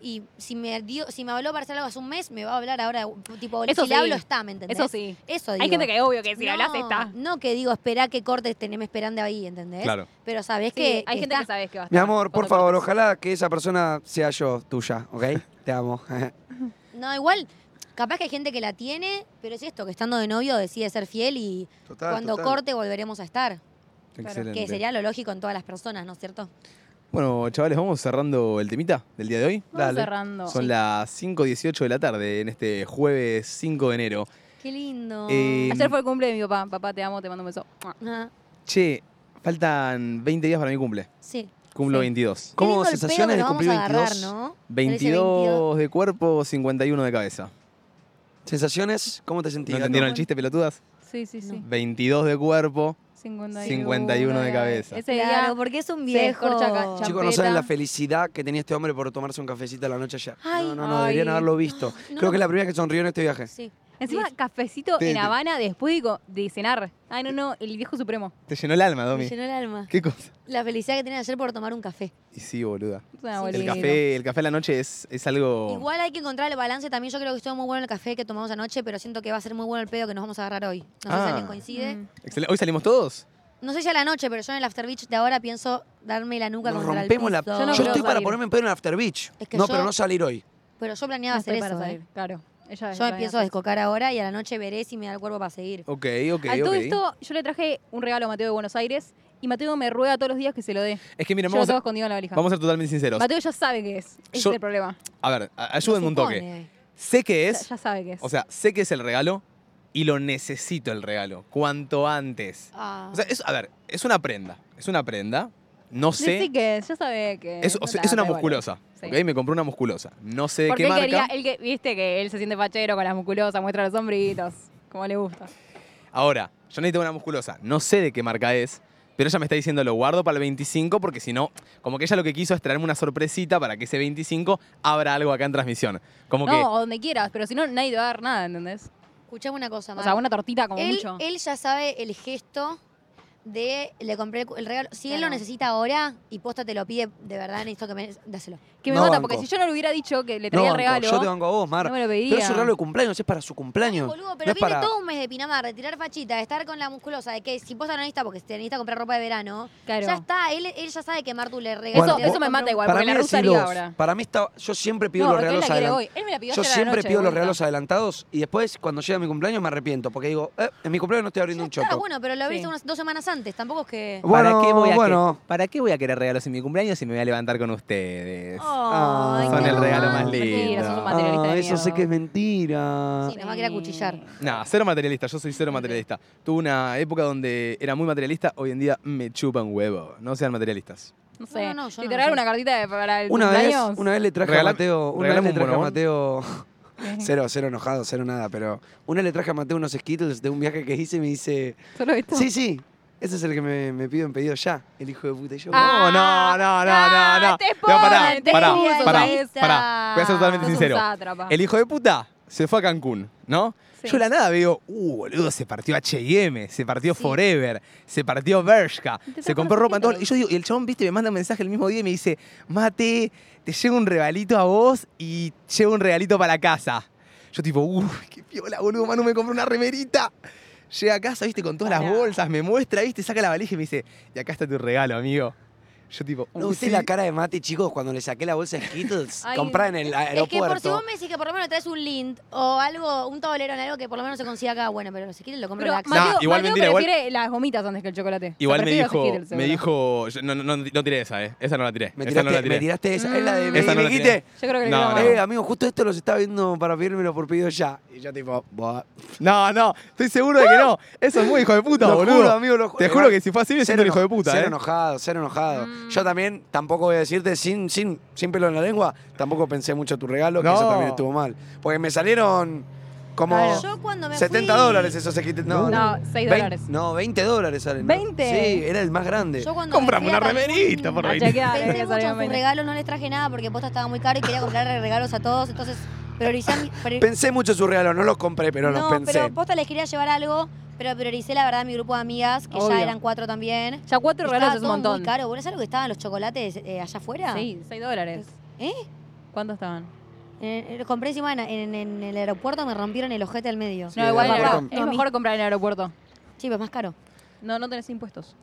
Speaker 1: Y si me dio, si me habló para hacer algo hace un mes, me va a hablar ahora, tipo,
Speaker 4: Eso
Speaker 1: si le
Speaker 4: sí.
Speaker 1: hablo está, ¿me entendés?
Speaker 4: Eso sí.
Speaker 1: Eso digo.
Speaker 4: Hay gente que obvio que si
Speaker 1: no,
Speaker 4: hablas está.
Speaker 1: No que digo, esperá que cortes, teneme esperando ahí, ¿entendés?
Speaker 2: Claro.
Speaker 1: Pero sabés
Speaker 4: Sí,
Speaker 1: que.
Speaker 4: hay gente
Speaker 1: está.
Speaker 4: que sabes que va a
Speaker 3: mi
Speaker 4: estar
Speaker 3: amor, por
Speaker 4: cuando
Speaker 3: favor,
Speaker 4: cortes.
Speaker 3: ojalá que esa persona sea yo, tuya, ¿ok? Te amo.
Speaker 1: No, igual, capaz que hay gente que la tiene, pero es esto, que estando de novio decide ser fiel y
Speaker 3: Total,
Speaker 1: cuando
Speaker 3: total.
Speaker 1: corte volveremos a estar.
Speaker 2: Excelente.
Speaker 1: Que sería lo lógico en todas las personas, ¿no es cierto?
Speaker 2: Bueno, chavales, vamos cerrando el temita del día de hoy.
Speaker 4: Vamos
Speaker 3: Dale.
Speaker 4: cerrando.
Speaker 2: Son las 5.18 de la tarde en este jueves 5 de enero.
Speaker 1: Qué lindo.
Speaker 2: Eh,
Speaker 4: Ayer fue el cumple de mi papá. Papá, te amo, te mando un beso. Mua.
Speaker 1: Ah,
Speaker 2: Che, faltan 20 días para mi cumple.
Speaker 1: sí.
Speaker 2: Cumplo
Speaker 1: Sí.
Speaker 2: 22.
Speaker 3: ¿Cómo
Speaker 1: Qué lindo el
Speaker 3: sensaciones de
Speaker 1: pedo que
Speaker 3: cumplir
Speaker 1: nos vamos a
Speaker 3: 22?
Speaker 1: agarrar, ¿no? Parece
Speaker 2: 22 de cuerpo, 51 de cabeza.
Speaker 3: ¿Sensaciones? ¿Cómo te sentís?
Speaker 2: ¿No entendieron el chiste, pelotudas?
Speaker 4: Sí, sí, sí.
Speaker 2: 22 de cuerpo.
Speaker 4: 51,
Speaker 2: 51 de cabeza.
Speaker 4: Ese día
Speaker 1: Claro, porque es un
Speaker 4: se
Speaker 1: viejo.
Speaker 4: descorcha acá, chao.
Speaker 3: Chicos, no saben
Speaker 4: champeta.
Speaker 3: la felicidad que tenía este hombre por tomarse un cafecito a la noche ayer.
Speaker 1: Ay.
Speaker 3: no, no, no,
Speaker 4: Ay.
Speaker 3: deberían haberlo visto.
Speaker 1: No,
Speaker 3: Creo que
Speaker 1: no.
Speaker 3: es la primera que sonrió en este viaje.
Speaker 1: Sí.
Speaker 4: Encima, cafecito
Speaker 2: Te-
Speaker 4: en
Speaker 2: te-
Speaker 4: Habana después de, co- de cenar. Ay, no, no, el viejo supremo.
Speaker 2: Te llenó el alma,
Speaker 1: Me
Speaker 2: Domi.
Speaker 1: llenó el alma.
Speaker 2: ¿Qué cosa?
Speaker 1: La felicidad que tenía ayer por tomar un café.
Speaker 2: Y sí, boluda.
Speaker 4: Es una
Speaker 1: Sí,
Speaker 2: El
Speaker 4: boludez.
Speaker 2: café, el café a la noche es, es algo.
Speaker 1: Igual hay que encontrar el balance. También yo creo que estuvo muy bueno el café que tomamos anoche, pero siento que va a ser muy bueno el pedo que nos vamos a agarrar hoy. No sé
Speaker 2: Ah.
Speaker 1: si alguien coincide.
Speaker 4: Mm.
Speaker 2: Excel- ¿Hoy salimos todos?
Speaker 1: No sé si a la noche, pero yo en el after beach de ahora pienso darme la nuca
Speaker 3: Nos
Speaker 1: contra
Speaker 3: rompemos
Speaker 1: el
Speaker 3: la.
Speaker 1: piso.
Speaker 3: Yo,
Speaker 4: no creo
Speaker 3: estoy para
Speaker 4: salir.
Speaker 3: ponerme en pedo en el After Beach.
Speaker 1: Es que
Speaker 3: no,
Speaker 1: yo-
Speaker 3: pero no salir hoy.
Speaker 1: Pero yo planeaba
Speaker 4: No
Speaker 1: hacer
Speaker 4: estoy
Speaker 1: eso.
Speaker 4: para
Speaker 1: ¿eh?
Speaker 4: salir, claro. Ella es
Speaker 1: Yo me
Speaker 4: la
Speaker 1: empiezo a
Speaker 4: nata.
Speaker 1: descocar ahora y a la noche veré si me da el cuerpo para seguir.
Speaker 2: Ok, ok,
Speaker 4: A
Speaker 2: ok.
Speaker 4: todo esto, yo le traje un regalo a Mateo de Buenos Aires y Mateo me ruega todos los días que se lo dé.
Speaker 2: es que, mira,
Speaker 4: Yo lo
Speaker 2: vamos
Speaker 4: tengo
Speaker 2: a,
Speaker 4: escondido en la valija.
Speaker 2: vamos a ser totalmente sinceros.
Speaker 4: Mateo ya sabe qué es. Ese
Speaker 2: Yo-
Speaker 4: es el problema.
Speaker 2: A ver, a- ayúdenme un toque.
Speaker 1: Supone.
Speaker 2: Sé que
Speaker 4: Ya,
Speaker 2: es,
Speaker 4: ya sabe qué es.
Speaker 2: o sea, sé que es el regalo y lo necesito el regalo, cuanto antes.
Speaker 1: Ah.
Speaker 2: O sea, es, a ver, es una prenda, es una prenda, No sé.
Speaker 4: Decí que, yo sabía que.
Speaker 2: Es, o sea, es una musculosa.
Speaker 4: Sí.
Speaker 2: ¿ok? Me compré una musculosa. No sé de
Speaker 4: Porque
Speaker 2: qué
Speaker 4: él
Speaker 2: marca.
Speaker 4: quería, él que, viste que él se siente fachero con las musculosas, muestra los sombritos, como le gusta.
Speaker 2: Ahora, yo necesito una musculosa. No sé de qué marca es, pero ella me está diciendo lo guardo para el 25 porque si no, como que ella lo que quiso es traerme una sorpresita para que ese 25 abra algo acá en transmisión. Como
Speaker 4: No, o donde quieras, pero si no, nadie te va a dar nada, ¿entendés?
Speaker 1: Escuchame una cosa,
Speaker 4: O sea, una tortita como
Speaker 1: él,
Speaker 4: mucho.
Speaker 1: él ya sabe el gesto de le compré el, cu- el regalo. Si él lo
Speaker 4: Claro.
Speaker 1: necesita ahora y posta te lo pide de verdad, necesito que me dáselo.
Speaker 4: que me
Speaker 3: No
Speaker 4: mata,
Speaker 3: banco.
Speaker 4: porque si yo no le hubiera dicho que le
Speaker 3: No
Speaker 4: traía
Speaker 3: banco,
Speaker 4: el regalo.
Speaker 3: Yo te banco a vos, Mar.
Speaker 4: no me lo
Speaker 3: Pero es
Speaker 4: pedía.
Speaker 3: un regalo de cumpleaños, es para su cumpleaños.
Speaker 1: Boludo,
Speaker 3: no
Speaker 1: pero
Speaker 3: es
Speaker 1: viene
Speaker 3: para...
Speaker 1: todo un mes de Pinamar, de tirar fachita, de estar con la musculosa, de que si posta no necesita porque te necesita comprar ropa de verano,
Speaker 4: Claro.
Speaker 1: ya está, él, él ya sabe que Martu le regala.
Speaker 4: Eso,
Speaker 3: Bueno,
Speaker 4: eso me mata igual,
Speaker 3: para
Speaker 4: porque
Speaker 3: mí
Speaker 4: la rusa
Speaker 3: decí
Speaker 4: haría
Speaker 3: dos.
Speaker 4: ahora.
Speaker 3: Para mí está, yo siempre pido
Speaker 4: No,
Speaker 3: los
Speaker 4: porque él
Speaker 3: regalos
Speaker 4: la quiere
Speaker 3: adelantados.
Speaker 4: hoy. Él me la pidió
Speaker 3: Yo
Speaker 4: ayer a la
Speaker 3: siempre
Speaker 4: noche,
Speaker 3: pido los
Speaker 4: boluda.
Speaker 3: regalos adelantados y después cuando llega mi cumpleaños me arrepiento porque digo, eh, en mi cumpleaños no estoy abriendo un
Speaker 1: Ya está,
Speaker 3: choco.
Speaker 1: bueno, pero lo abriste
Speaker 4: Sí.
Speaker 1: unas dos semanas antes, tampoco es que.
Speaker 2: ¿Para, qué voy a
Speaker 3: bueno.
Speaker 2: que- ¿Para qué voy a querer regalos en mi cumpleaños si me voy a levantar con ustedes?
Speaker 4: Oh.
Speaker 1: Ay,
Speaker 3: Son
Speaker 1: qué
Speaker 3: el regalo más
Speaker 1: romántico.
Speaker 2: lindo.
Speaker 4: Mentira, sos un
Speaker 2: Ah,
Speaker 4: materialista
Speaker 3: Ah,
Speaker 4: de
Speaker 3: eso sé
Speaker 4: mierda.
Speaker 3: que es mentira.
Speaker 1: Sí, nos va a querer acuchillar.
Speaker 2: Nah, cero materialista, yo soy cero materialista. Tuve una época donde era muy materialista, hoy en día me chupan huevo. No sean materialistas.
Speaker 4: No
Speaker 1: No,
Speaker 4: sé.
Speaker 1: no, no, yo
Speaker 4: si
Speaker 1: no,
Speaker 4: te
Speaker 1: yo
Speaker 4: regalan
Speaker 1: no.
Speaker 4: una cartita de- para el
Speaker 3: Una vez,
Speaker 4: cumpleaños.
Speaker 3: una vez le traje
Speaker 2: Regala-
Speaker 3: a Mateo, una vez
Speaker 2: regalame
Speaker 3: le
Speaker 2: un
Speaker 3: traje a
Speaker 2: bonobón.
Speaker 3: Mateo, cero, cero enojado, cero nada, pero una vez le traje a Mateo unos Skittles de un viaje que hice y me dice,
Speaker 4: Solo esto.
Speaker 3: sí, sí, ese es el que me, me pido en pedido ya, el hijo de puta. Y yo,
Speaker 4: Ah,
Speaker 2: No, no, no, no, no, no.
Speaker 4: te
Speaker 2: No, pará,
Speaker 4: exponen, te
Speaker 2: pará,
Speaker 4: exponen,
Speaker 2: pará,
Speaker 4: ahí está.
Speaker 2: pará. Voy a ser totalmente
Speaker 4: Sos un
Speaker 2: sincero.
Speaker 4: sátrapa.
Speaker 2: El hijo de puta se fue a Cancún, ¿no?
Speaker 4: Sí.
Speaker 2: Yo de la nada veo, uh, boludo, se partió H&M, se partió Forever, se partió Bershka,
Speaker 4: Y te
Speaker 2: se
Speaker 4: sacan
Speaker 2: compró
Speaker 4: los
Speaker 2: ropa en todos
Speaker 4: títulos.
Speaker 2: Y yo digo, y el chabón, viste, me manda un mensaje el mismo día y me dice, mate, te llevo un regalito a vos y llevo un regalito para la casa. Yo tipo, uff, qué piola, boludo, Manu me compró una remerita. Llega a casa, viste, con todas las
Speaker 4: Pará.
Speaker 2: bolsas, me muestra, viste, saca la valija y me dice, y acá está tu regalo, amigo. Yo tipo,
Speaker 3: ¿No
Speaker 2: "Uh,
Speaker 3: viste
Speaker 2: sí".
Speaker 3: la cara de Mati, chicos, cuando le saqué la bolsa de Skittles
Speaker 4: Ay,
Speaker 3: comprada en el
Speaker 1: Es que
Speaker 3: aeropuerto?
Speaker 1: por si vos me decís que por lo menos traes un lint o algo, un tablero en algo que por lo menos se consiga acá, bueno, pero si quieren lo compro
Speaker 4: Pero
Speaker 1: en la
Speaker 4: Mateo,
Speaker 1: Axel.
Speaker 2: Nah, igual
Speaker 4: Mateo
Speaker 2: mentira, igual-
Speaker 4: prefiere las gomitas antes que el chocolate.
Speaker 2: Igual me
Speaker 4: O sea, prefiere los
Speaker 2: dijo,
Speaker 4: Skittles,
Speaker 2: me
Speaker 4: seguro.
Speaker 2: dijo, yo- no, no, no, no tiré esa, eh. Esa no la tiré.
Speaker 3: me,
Speaker 2: esa
Speaker 3: tiraste,
Speaker 2: no la tiré.
Speaker 3: me tiraste esa, es la de... Me,
Speaker 2: Esa no la
Speaker 3: dijiste,
Speaker 2: tiré.
Speaker 4: Yo creo que le
Speaker 2: No,
Speaker 4: quiero
Speaker 2: no.
Speaker 4: más.
Speaker 3: eh, amigo, justo esto los está viendo para pedírmelo por pedido ya. Y yo tipo, buah.
Speaker 2: No, no, estoy seguro de que no. Eso es muy hijo de puta,
Speaker 3: Lo
Speaker 2: boludo.
Speaker 3: juro, amigo, lo ju-
Speaker 2: Te
Speaker 3: eh,
Speaker 2: juro que si fue así, me
Speaker 3: Ser
Speaker 2: siento el hijo de
Speaker 3: eno-
Speaker 2: puta,
Speaker 3: Ser
Speaker 2: eh.
Speaker 3: enojado, ser enojado.
Speaker 1: Mm.
Speaker 3: Yo también, tampoco voy a decirte sin, sin, sin pelo en la lengua, tampoco pensé mucho tu regalo, que
Speaker 2: No.
Speaker 3: eso también estuvo mal. Porque me salieron como
Speaker 4: Claro.
Speaker 1: Yo cuando me
Speaker 3: 70
Speaker 1: fui-
Speaker 3: dólares esos Skittles. No,
Speaker 4: No,
Speaker 3: no.
Speaker 4: 6
Speaker 3: Vein-
Speaker 4: dólares.
Speaker 3: No, 20 dólares salen. ¿no?
Speaker 4: ¿20?
Speaker 3: Sí, era el más grande.
Speaker 1: Yo cuando me
Speaker 2: Comprame
Speaker 1: fui a
Speaker 2: una
Speaker 1: Cancún,
Speaker 2: remerita, por
Speaker 4: A
Speaker 2: ahí.
Speaker 4: chequear, eh,
Speaker 1: Pensé
Speaker 4: que
Speaker 1: mucho
Speaker 4: salga
Speaker 1: en sus
Speaker 4: menos.
Speaker 1: regalos, no les traje nada porque posta estaba muy caro y quería comprarle regalos a todos, entonces prioricé. mi- prior-
Speaker 3: Pensé mucho su regalo, no los compré, pero los
Speaker 1: no,
Speaker 3: pensé.
Speaker 1: pero posta les quería llevar algo, pero prioricé la verdad mi grupo de amigas, que
Speaker 4: Obvio.
Speaker 1: ya eran cuatro también.
Speaker 4: Ya cuatro
Speaker 1: Estaba
Speaker 4: regalos es un
Speaker 1: todo
Speaker 4: montón.
Speaker 1: muy caro. ¿Vos sabés lo que estaban los chocolates eh, allá afuera?
Speaker 4: Sí, 6 dólares.
Speaker 1: ¿Eh?
Speaker 4: ¿Cuántos estaban?
Speaker 1: Eh, los compré encima en, en- en el aeropuerto, me rompieron el ojete al medio.
Speaker 3: Sí,
Speaker 4: No, igual
Speaker 3: el
Speaker 4: era-
Speaker 3: aeropuerto.
Speaker 4: es
Speaker 1: No, a mí-
Speaker 4: mejor comprar en el aeropuerto.
Speaker 1: Sí, pero es más caro.
Speaker 4: No, no tenés impuestos.